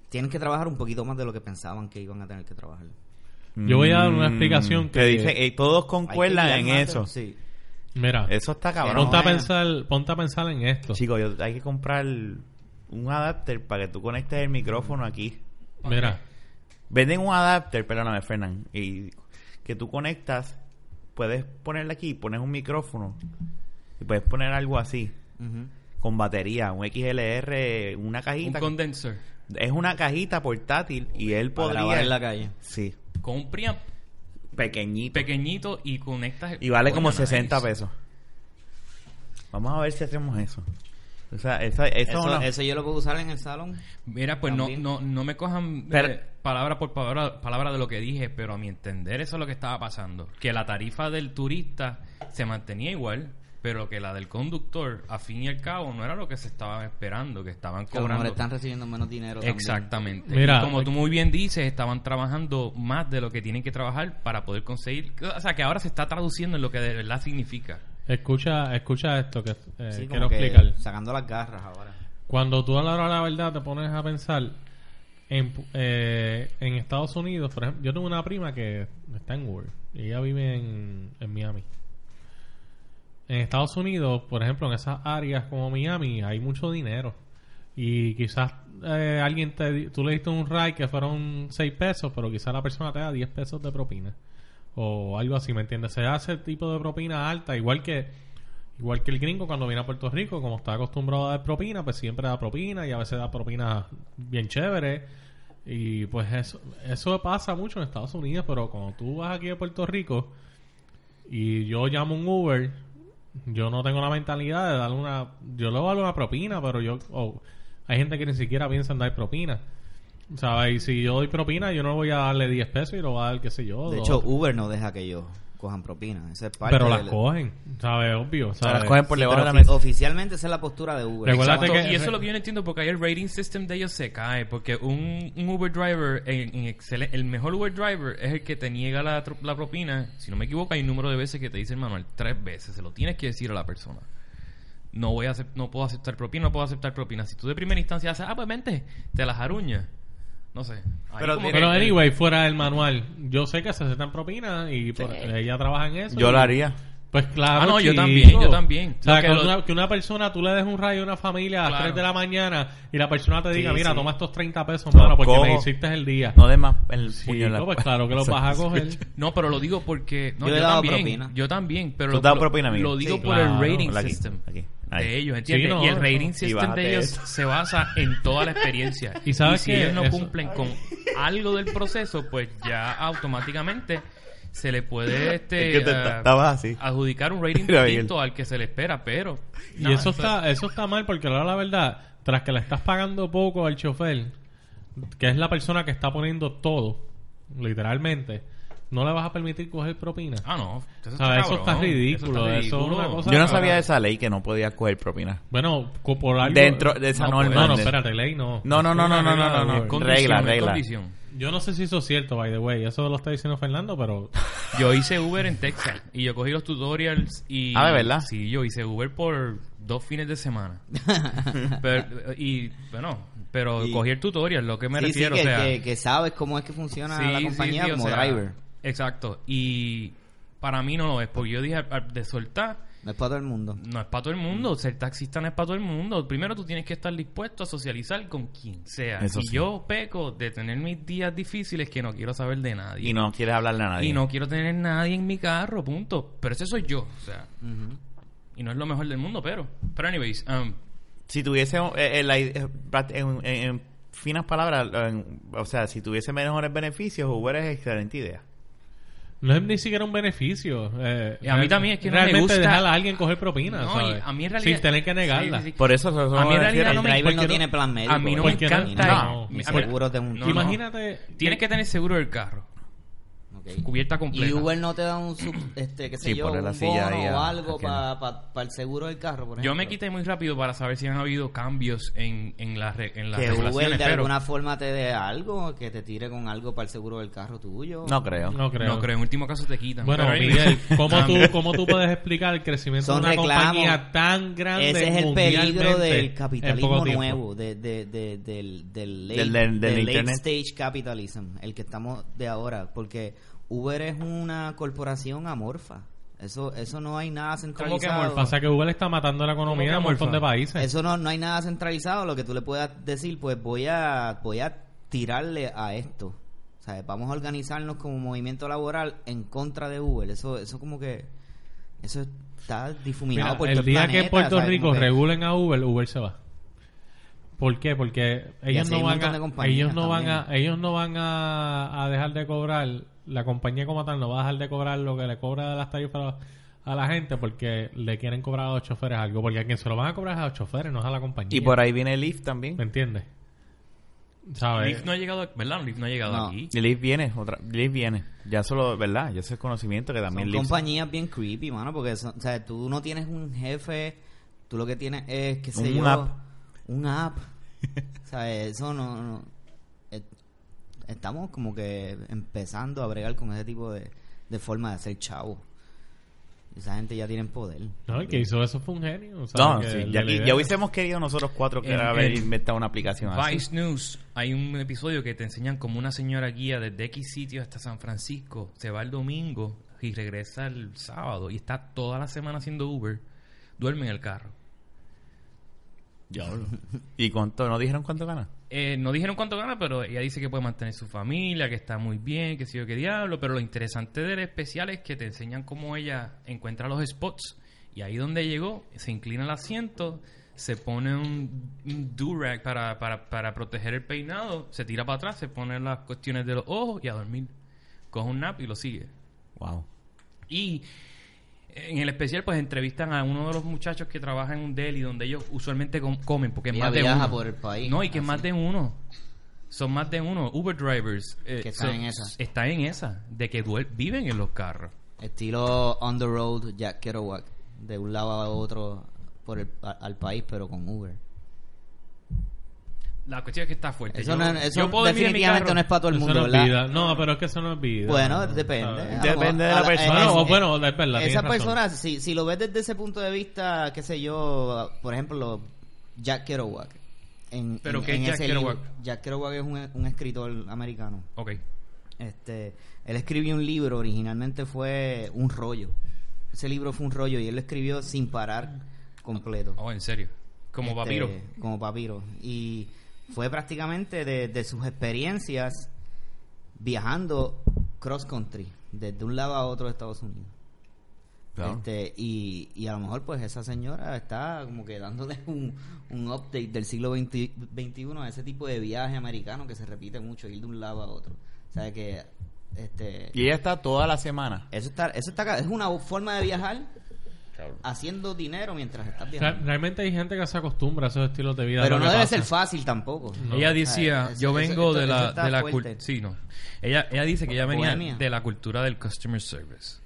Speaker 4: tienen que trabajar un poquito más de lo que pensaban que iban a tener que trabajar.
Speaker 1: Yo voy a dar una
Speaker 2: Mm,
Speaker 1: explicación que-
Speaker 2: Te dicen, eh, todos
Speaker 4: Hay que
Speaker 2: concuerdan
Speaker 4: guiar
Speaker 2: en
Speaker 4: más de-
Speaker 2: eso.
Speaker 4: Sí.
Speaker 1: Mira,
Speaker 2: Eso está cabrón.
Speaker 1: ponte, a
Speaker 4: Bueno.
Speaker 1: pensar, ponte a pensar en esto.
Speaker 2: Chicos, yo- hay que comprar un adapter para que tú conectes el micrófono aquí.
Speaker 1: Mira,
Speaker 2: Venden un adapter, perdóname, Fernán, y que tú conectas, puedes ponerle aquí, pones un micrófono y puedes poner algo así,
Speaker 4: Ujú.
Speaker 2: con batería, un XLR, una
Speaker 3: un
Speaker 2: cajita.
Speaker 3: condenser
Speaker 2: es una cajita portátil y él
Speaker 4: Para grabar
Speaker 2: podría...
Speaker 4: en la calle.
Speaker 2: Sí,
Speaker 3: con un preamp
Speaker 2: pequeñito.
Speaker 3: pequeñito y conectas...
Speaker 2: y vale
Speaker 3: Coño,
Speaker 2: como
Speaker 3: nice.
Speaker 2: 60 pesos. Vamos a ver si hacemos eso. O sea, esa, esa es
Speaker 4: Eso,
Speaker 2: una-
Speaker 4: eso yo lo puedo usar en el salón.
Speaker 3: Mira, pues no,
Speaker 4: También.
Speaker 3: no, no me cojan...
Speaker 2: Pero,
Speaker 3: eh, palabra por palabra, palabra de lo que dije, pero a mi entender eso es lo que estaba pasando. Que la tarifa del turista se mantenía igual, pero que la del conductor, a fin y al cabo, no era lo que se estaban esperando, que estaban
Speaker 4: Que a lo mejor
Speaker 3: cobrando.
Speaker 4: están recibiendo menos dinero. también.
Speaker 3: Exactamente.
Speaker 1: Mira,
Speaker 3: Y como tú
Speaker 1: aquí-
Speaker 3: muy bien dices, estaban trabajando más de lo que tienen que trabajar para poder conseguir. O sea, que ahora se está traduciendo en lo que de verdad significa.
Speaker 1: Escucha, escucha esto que eh,
Speaker 4: Sí,
Speaker 1: quiero
Speaker 4: como que
Speaker 1: explicar.
Speaker 4: Sacando las garras ahora.
Speaker 1: Cuando tú a la hora de la verdad te pones a pensar en, eh, en Estados Unidos, por ejemplo, yo tengo una prima que está en Word y ella vive en, en Miami. En Estados Unidos, por ejemplo, en esas áreas como Miami hay mucho dinero y quizás eh, alguien te di- tú le diste un ride que fueron 6 pesos, pero quizás la persona te da 10 pesos de propina o algo así, ¿me entiendes? Se da ese tipo de propina alta, igual que Igual que el gringo cuando viene a Puerto Rico, como está acostumbrado a dar propina, pues siempre da propina y a veces da propina bien chévere. Y pues eso, eso pasa mucho en Estados Unidos, pero cuando tú vas aquí a Puerto Rico y yo llamo un Uber, yo no tengo la mentalidad de darle una... Yo le voy a dar una propina, pero yo... o hay gente que ni siquiera piensa en dar propina. ¿Sabes? Y si yo doy propina, yo no voy a darle 10 pesos y lo voy a dar, qué sé yo.
Speaker 4: De
Speaker 1: dos-
Speaker 4: hecho, Uber no deja que ellos cojan propinas. Esa es parte
Speaker 1: pero las
Speaker 4: del-
Speaker 1: cogen, ¿sabes? Obvio.
Speaker 2: sea,
Speaker 1: ¿sabes?
Speaker 2: las cogen por
Speaker 4: Sí,
Speaker 2: debajo de
Speaker 4: pero
Speaker 2: la
Speaker 4: ofi-
Speaker 2: mesa.
Speaker 4: Oficialmente esa es la postura de Uber.
Speaker 1: Recuérdate
Speaker 4: Exacto.
Speaker 1: que-
Speaker 3: Exacto, Y eso es lo que yo no entiendo porque ahí el rating system de ellos se cae. Porque un, un Uber driver, en, en excele- el mejor Uber driver es el que te niega la, tro- la propina. Si no me equivoco, hay un número de veces que te dice el manual, tres veces. Se lo tienes que decir a la persona. No voy a acep- no puedo aceptar propina, no puedo aceptar propina. Si tú de primera instancia haces, ah, pues vente, te las aruñas. No sé. Ahí
Speaker 2: Pero
Speaker 3: como
Speaker 1: Pero
Speaker 3: que-
Speaker 1: anyway, fuera del manual, yo sé que se aceptan propinas y por- ella trabaja en eso.
Speaker 2: Yo
Speaker 1: y-
Speaker 2: lo haría.
Speaker 1: Pues claro.
Speaker 3: Ah, no, yo
Speaker 1: chico.
Speaker 3: también, yo también.
Speaker 1: O sea,
Speaker 3: Lo que
Speaker 1: que,
Speaker 3: lo-
Speaker 1: una, que una persona, tú le des un rayo a una familia a las
Speaker 3: Claro.
Speaker 1: 3 de la mañana y la persona te diga,
Speaker 2: Sí,
Speaker 1: mira,
Speaker 2: sí.
Speaker 1: toma estos 30 pesos,
Speaker 2: No,
Speaker 1: mano, porque me
Speaker 2: cojo.
Speaker 1: hiciste el día.
Speaker 2: No des más el
Speaker 1: Sí,
Speaker 2: puño en la
Speaker 1: pues claro que lo vas a coger.
Speaker 3: No, pero lo digo porque. No,
Speaker 4: Yo
Speaker 3: yo,
Speaker 4: le he dado
Speaker 3: también.
Speaker 4: propina.
Speaker 3: Yo también. Pero
Speaker 2: ¿Tú
Speaker 3: lo-
Speaker 2: has dado
Speaker 3: lo-
Speaker 2: propina, amigo?
Speaker 3: Lo digo
Speaker 1: Sí,
Speaker 3: por
Speaker 1: claro.
Speaker 3: el rating
Speaker 2: Aquí,
Speaker 3: system.
Speaker 2: aquí, ahí.
Speaker 3: De ellos, ¿entiendes?
Speaker 1: Sí, no,
Speaker 3: y el rating
Speaker 1: no.
Speaker 2: Y
Speaker 3: system
Speaker 2: bájate
Speaker 3: de ellos
Speaker 2: eso.
Speaker 3: se basa en toda la experiencia.
Speaker 1: ¿Y sabes
Speaker 3: si
Speaker 1: qué?
Speaker 3: ellos no
Speaker 1: Eso.
Speaker 3: cumplen con algo del proceso, pues ya automáticamente se le puede este,
Speaker 2: Es que te-
Speaker 3: ah,
Speaker 2: estabas así.
Speaker 3: adjudicar un rating
Speaker 2: Mira,
Speaker 3: distinto al que se le espera, pero...
Speaker 1: Y
Speaker 3: nada,
Speaker 1: eso está, eso está mal porque ahora la verdad, tras que le estás pagando poco al chofer, que es la persona que está poniendo todo, literalmente, no le vas a permitir coger propina.
Speaker 3: Ah, no. Eso está,
Speaker 1: ¿Sabes? Eso
Speaker 3: cabrón,
Speaker 1: está ridículo, eso es una cosa-
Speaker 2: Yo no
Speaker 1: Ah,
Speaker 2: sabía
Speaker 1: ah.
Speaker 2: de esa ley que no podías coger propina.
Speaker 1: Bueno, co- por algo...
Speaker 2: Dentro de esa
Speaker 3: No,
Speaker 2: norma.
Speaker 1: No, no,
Speaker 2: de-
Speaker 1: espérate, ley no.
Speaker 2: No, no, no, no, no, no, no, no.
Speaker 1: Con-
Speaker 3: Condición,
Speaker 2: Regla,
Speaker 3: es
Speaker 2: regla.
Speaker 3: condición.
Speaker 1: Yo no sé si eso es cierto, by the way. Eso lo está diciendo Fernando, pero
Speaker 3: Yo hice Uber en Texas y yo cogí los tutorials y...
Speaker 2: Ah, ¿de verdad?
Speaker 3: Sí, yo hice Uber por dos fines de semana. Pero- y, bueno, pero
Speaker 4: Y-
Speaker 3: cogí el tutorial, lo que me
Speaker 4: Sí, sí,
Speaker 3: refiero,
Speaker 4: que,
Speaker 3: o sea...
Speaker 4: que- que sabes cómo es que funciona
Speaker 3: Sí,
Speaker 4: la
Speaker 3: sí,
Speaker 4: compañía
Speaker 3: sí, o
Speaker 4: como
Speaker 3: sea,
Speaker 4: driver.
Speaker 3: Exacto. Y para mí no lo es, porque yo dije al- al- de soltar,
Speaker 4: No es para todo el mundo.
Speaker 3: no es para todo el mundo, ser taxista no es para todo el mundo. Primero tú tienes que estar dispuesto a socializar con quien sea.
Speaker 2: Eso
Speaker 3: y
Speaker 2: sí.
Speaker 3: yo peco de tener mis días difíciles que no quiero saber de nadie.
Speaker 2: Y no quieres hablarle
Speaker 1: Ah,
Speaker 2: a nadie.
Speaker 3: Y no quiero tener nadie en mi carro, punto. Pero ese soy yo, o sea,
Speaker 4: Ujú.
Speaker 3: y no es lo mejor del mundo, pero. Pero, anyways, um,
Speaker 2: Si tuviese, eh, eh, la- eh, prat- en, en- en finas palabras, en- o sea, si tuviese mejores beneficios, Uber es excelente idea.
Speaker 1: no es ni siquiera un beneficio. Eh,
Speaker 3: Y a mí
Speaker 1: real-
Speaker 3: también es que no me
Speaker 1: realmente
Speaker 3: gusta-
Speaker 1: dejar a alguien coger propina,
Speaker 3: No, y
Speaker 1: ¿sabes?
Speaker 3: a mí en realidad-
Speaker 1: Sin tener que negarla. Pues,
Speaker 3: Sí, sí, sí.
Speaker 2: Por eso, eso
Speaker 3: A mí en
Speaker 2: me
Speaker 3: realidad
Speaker 2: refiero.
Speaker 3: no
Speaker 4: El
Speaker 3: me-
Speaker 4: driver no
Speaker 1: porque no-
Speaker 4: tiene plan médico.
Speaker 3: a mí no me
Speaker 1: Porque no-
Speaker 3: encanta.
Speaker 1: no,
Speaker 3: a mí-
Speaker 4: seguro de un-
Speaker 3: no, no.
Speaker 1: Imagínate...
Speaker 3: Tienes que tener seguro del carro,
Speaker 4: Ok.
Speaker 3: cubierta completa.
Speaker 4: Y Uber no te da un, sub- este, qué sé
Speaker 2: Sí,
Speaker 4: yo,
Speaker 2: ponle
Speaker 4: un
Speaker 2: la
Speaker 4: bono
Speaker 2: silla ahí
Speaker 4: o
Speaker 2: a-
Speaker 4: algo
Speaker 2: aquí,
Speaker 4: para el seguro del carro, por ejemplo.
Speaker 3: Yo me quité muy rápido para saber si han habido cambios en, en, las re- en las
Speaker 4: Que Uber
Speaker 3: regulaciones,
Speaker 4: de
Speaker 3: pero
Speaker 4: alguna forma te dé algo, que te tire con algo para el seguro del carro tuyo.
Speaker 2: No creo.
Speaker 1: No creo.
Speaker 3: no creo. En último caso te quitan.
Speaker 1: Bueno,
Speaker 3: Pero anyway,
Speaker 1: Miguel, ¿cómo
Speaker 3: um,
Speaker 1: tú, ¿cómo tú puedes explicar el crecimiento
Speaker 4: Son
Speaker 1: de una
Speaker 4: reclamos.
Speaker 1: compañía tan grande
Speaker 4: Ese es el peligro
Speaker 1: mundialmente
Speaker 4: del
Speaker 1: en
Speaker 4: capitalismo
Speaker 1: poco tiempo?
Speaker 4: nuevo, de, de- de- del, del late,
Speaker 2: Del- del- del
Speaker 4: del late
Speaker 2: internet.
Speaker 4: stage capitalism, el que estamos de ahora, porque Uber es una corporación amorfa. Eso eso no hay nada
Speaker 1: ¿Cómo que
Speaker 4: centralizado.
Speaker 1: amorfa? O sea, que Google está matando la economía
Speaker 3: ¿Cómo
Speaker 1: de
Speaker 3: que
Speaker 1: un montón
Speaker 3: amorfa?
Speaker 1: de países.
Speaker 4: Eso no, no hay nada centralizado, lo que tú le puedas decir, pues voy a voy a tirarle a esto. O sea, vamos a organizarnos como movimiento laboral en contra de Uber. Eso eso como que eso está difuminado
Speaker 1: Mira,
Speaker 4: por todo
Speaker 1: el día
Speaker 4: planeta,
Speaker 1: que Puerto
Speaker 4: ¿sabes? Como
Speaker 1: Rico
Speaker 4: que-
Speaker 1: regulen a Uber, Uber se va. ¿Por qué? Porque ellos
Speaker 4: así
Speaker 1: no
Speaker 4: hay un
Speaker 1: van
Speaker 4: montón de
Speaker 1: a,
Speaker 4: compañías
Speaker 1: ellos no van
Speaker 4: también.
Speaker 1: a, ellos no van a, a dejar de cobrar, la compañía como tal no va a dejar de cobrar lo que le cobra de las tarifas a la gente porque le quieren cobrar a los choferes algo, porque a quien se lo van a cobrar es a los choferes, no es a la compañía.
Speaker 2: Y por ahí viene Lyft también.
Speaker 1: ¿Me entiendes? ¿Sabes?
Speaker 3: Leaf no ha llegado, ¿verdad? Leaf no ha llegado
Speaker 4: No.
Speaker 3: aquí.
Speaker 2: Liz viene, otra, Liz viene. Ya solo, ¿verdad? Ya ese es conocimiento que también
Speaker 4: Son
Speaker 2: Liz.
Speaker 4: compañías bien creepy, mano, porque son- o sea, tú no tienes un jefe, tú lo que tienes es, qué sé
Speaker 2: Un
Speaker 4: yo,
Speaker 2: app.
Speaker 4: un app. o sea, eso no, no- eh, Estamos como que empezando a bregar con ese tipo de, de forma de hacer chavo. Esa gente ya tiene poder.
Speaker 1: No, el que hizo eso fue un genio. ¿sabes?
Speaker 2: No,
Speaker 1: Que
Speaker 2: sí,
Speaker 1: el de
Speaker 2: ya,
Speaker 1: la
Speaker 2: aquí-
Speaker 1: idea.
Speaker 2: ya hubiésemos querido nosotros cuatro que
Speaker 3: En-
Speaker 2: era haber
Speaker 3: en
Speaker 2: inventado una aplicación así.
Speaker 3: Vice News, hay un episodio que te enseñan como una señora guía desde X sitio hasta San Francisco, se va el domingo y regresa el sábado y está toda la semana haciendo Uber, duerme en el carro.
Speaker 2: ¿Y cuánto? ¿No dijeron cuánto gana?
Speaker 3: Eh, no dijeron cuánto gana, pero ella dice que puede mantener su familia, que está muy bien, que sé yo qué diablo. Pero lo interesante del especial es que te enseñan cómo ella encuentra los spots. Y ahí donde llegó, se inclina el asiento, se pone un, un durag para, para, para proteger el peinado, se tira para atrás, se pone las cuestiones de los ojos y a dormir. Coge un nap y lo sigue.
Speaker 2: Wow.
Speaker 3: Y en el especial, pues entrevistan a uno de los muchachos que trabaja en un deli donde ellos usualmente com- comen, porque es
Speaker 4: Ella
Speaker 3: más de
Speaker 4: viaja
Speaker 3: uno.
Speaker 4: por el país,
Speaker 3: No, y que es
Speaker 4: así.
Speaker 3: más de uno. Son más de uno. Uber drivers. eh,
Speaker 4: Que están
Speaker 3: son-
Speaker 4: en esa.
Speaker 3: Están en esa. De que duer- viven en los carros.
Speaker 4: Estilo on the road Jack Kerouac, de un lado a otro por el, a- al país, pero con Uber.
Speaker 3: La cuestión es que está fuerte.
Speaker 4: Eso,
Speaker 3: Yo-
Speaker 4: no,
Speaker 3: yo
Speaker 4: eso
Speaker 3: puedo dormir en mi
Speaker 4: definitivamente
Speaker 3: carro.
Speaker 4: no es para todo el
Speaker 1: Eso
Speaker 4: mundo,
Speaker 1: no es
Speaker 4: ¿verdad?
Speaker 1: vida. No, pero es que eso no es vida.
Speaker 4: Bueno,
Speaker 1: ¿no?
Speaker 4: depende.
Speaker 1: ¿Sabes?
Speaker 4: A lo
Speaker 2: Depende de
Speaker 4: mejor-
Speaker 2: la
Speaker 4: a
Speaker 2: persona,
Speaker 4: eh,
Speaker 1: Bueno,
Speaker 4: eh,
Speaker 1: o bueno, es verdad. tienes
Speaker 4: Esa
Speaker 1: razón.
Speaker 4: persona, si, si lo ves desde ese punto de vista, qué sé yo, por ejemplo, Jack Kerouac. En,
Speaker 3: ¿Pero
Speaker 4: en-
Speaker 3: qué es
Speaker 4: en
Speaker 3: Jack
Speaker 4: ese libro.
Speaker 3: Kerouac?
Speaker 4: Jack Kerouac es un, un escritor americano.
Speaker 3: Ok.
Speaker 4: Este, él escribió un libro, originalmente fue un rollo. Ese libro fue un rollo y él lo escribió sin parar completo.
Speaker 3: Oh, en serio. Como
Speaker 4: Este,
Speaker 3: papiro.
Speaker 4: Como papiro. Y fue prácticamente de, de sus experiencias viajando cross country, desde un lado a otro de Estados Unidos.
Speaker 2: Claro.
Speaker 4: Este, y, y a lo mejor pues esa señora está como que dándole un, un update del siglo XXI a ese tipo de viaje americano que se repite mucho, ir de un lado a otro. O sea que este,
Speaker 2: Y ella está toda la semana.
Speaker 4: eso está, eso está ca- es una forma de viajar haciendo dinero mientras estás
Speaker 1: Re-
Speaker 4: viajando.
Speaker 1: Realmente hay gente que se acostumbra a esos estilos de vida.
Speaker 4: Pero
Speaker 1: lo
Speaker 4: no
Speaker 1: que
Speaker 4: debe
Speaker 1: pasa.
Speaker 4: ser fácil tampoco.
Speaker 3: Ella
Speaker 1: No.
Speaker 4: O sea,
Speaker 3: decía,
Speaker 4: eso-
Speaker 3: yo
Speaker 4: eso-
Speaker 3: vengo
Speaker 4: esto-
Speaker 3: de
Speaker 4: eso
Speaker 3: la,
Speaker 4: está
Speaker 3: de la
Speaker 4: fuerte.
Speaker 3: cultura. Sí, no. Ella, ella dice que ella venía
Speaker 4: Bohemia.
Speaker 3: de la cultura del customer service.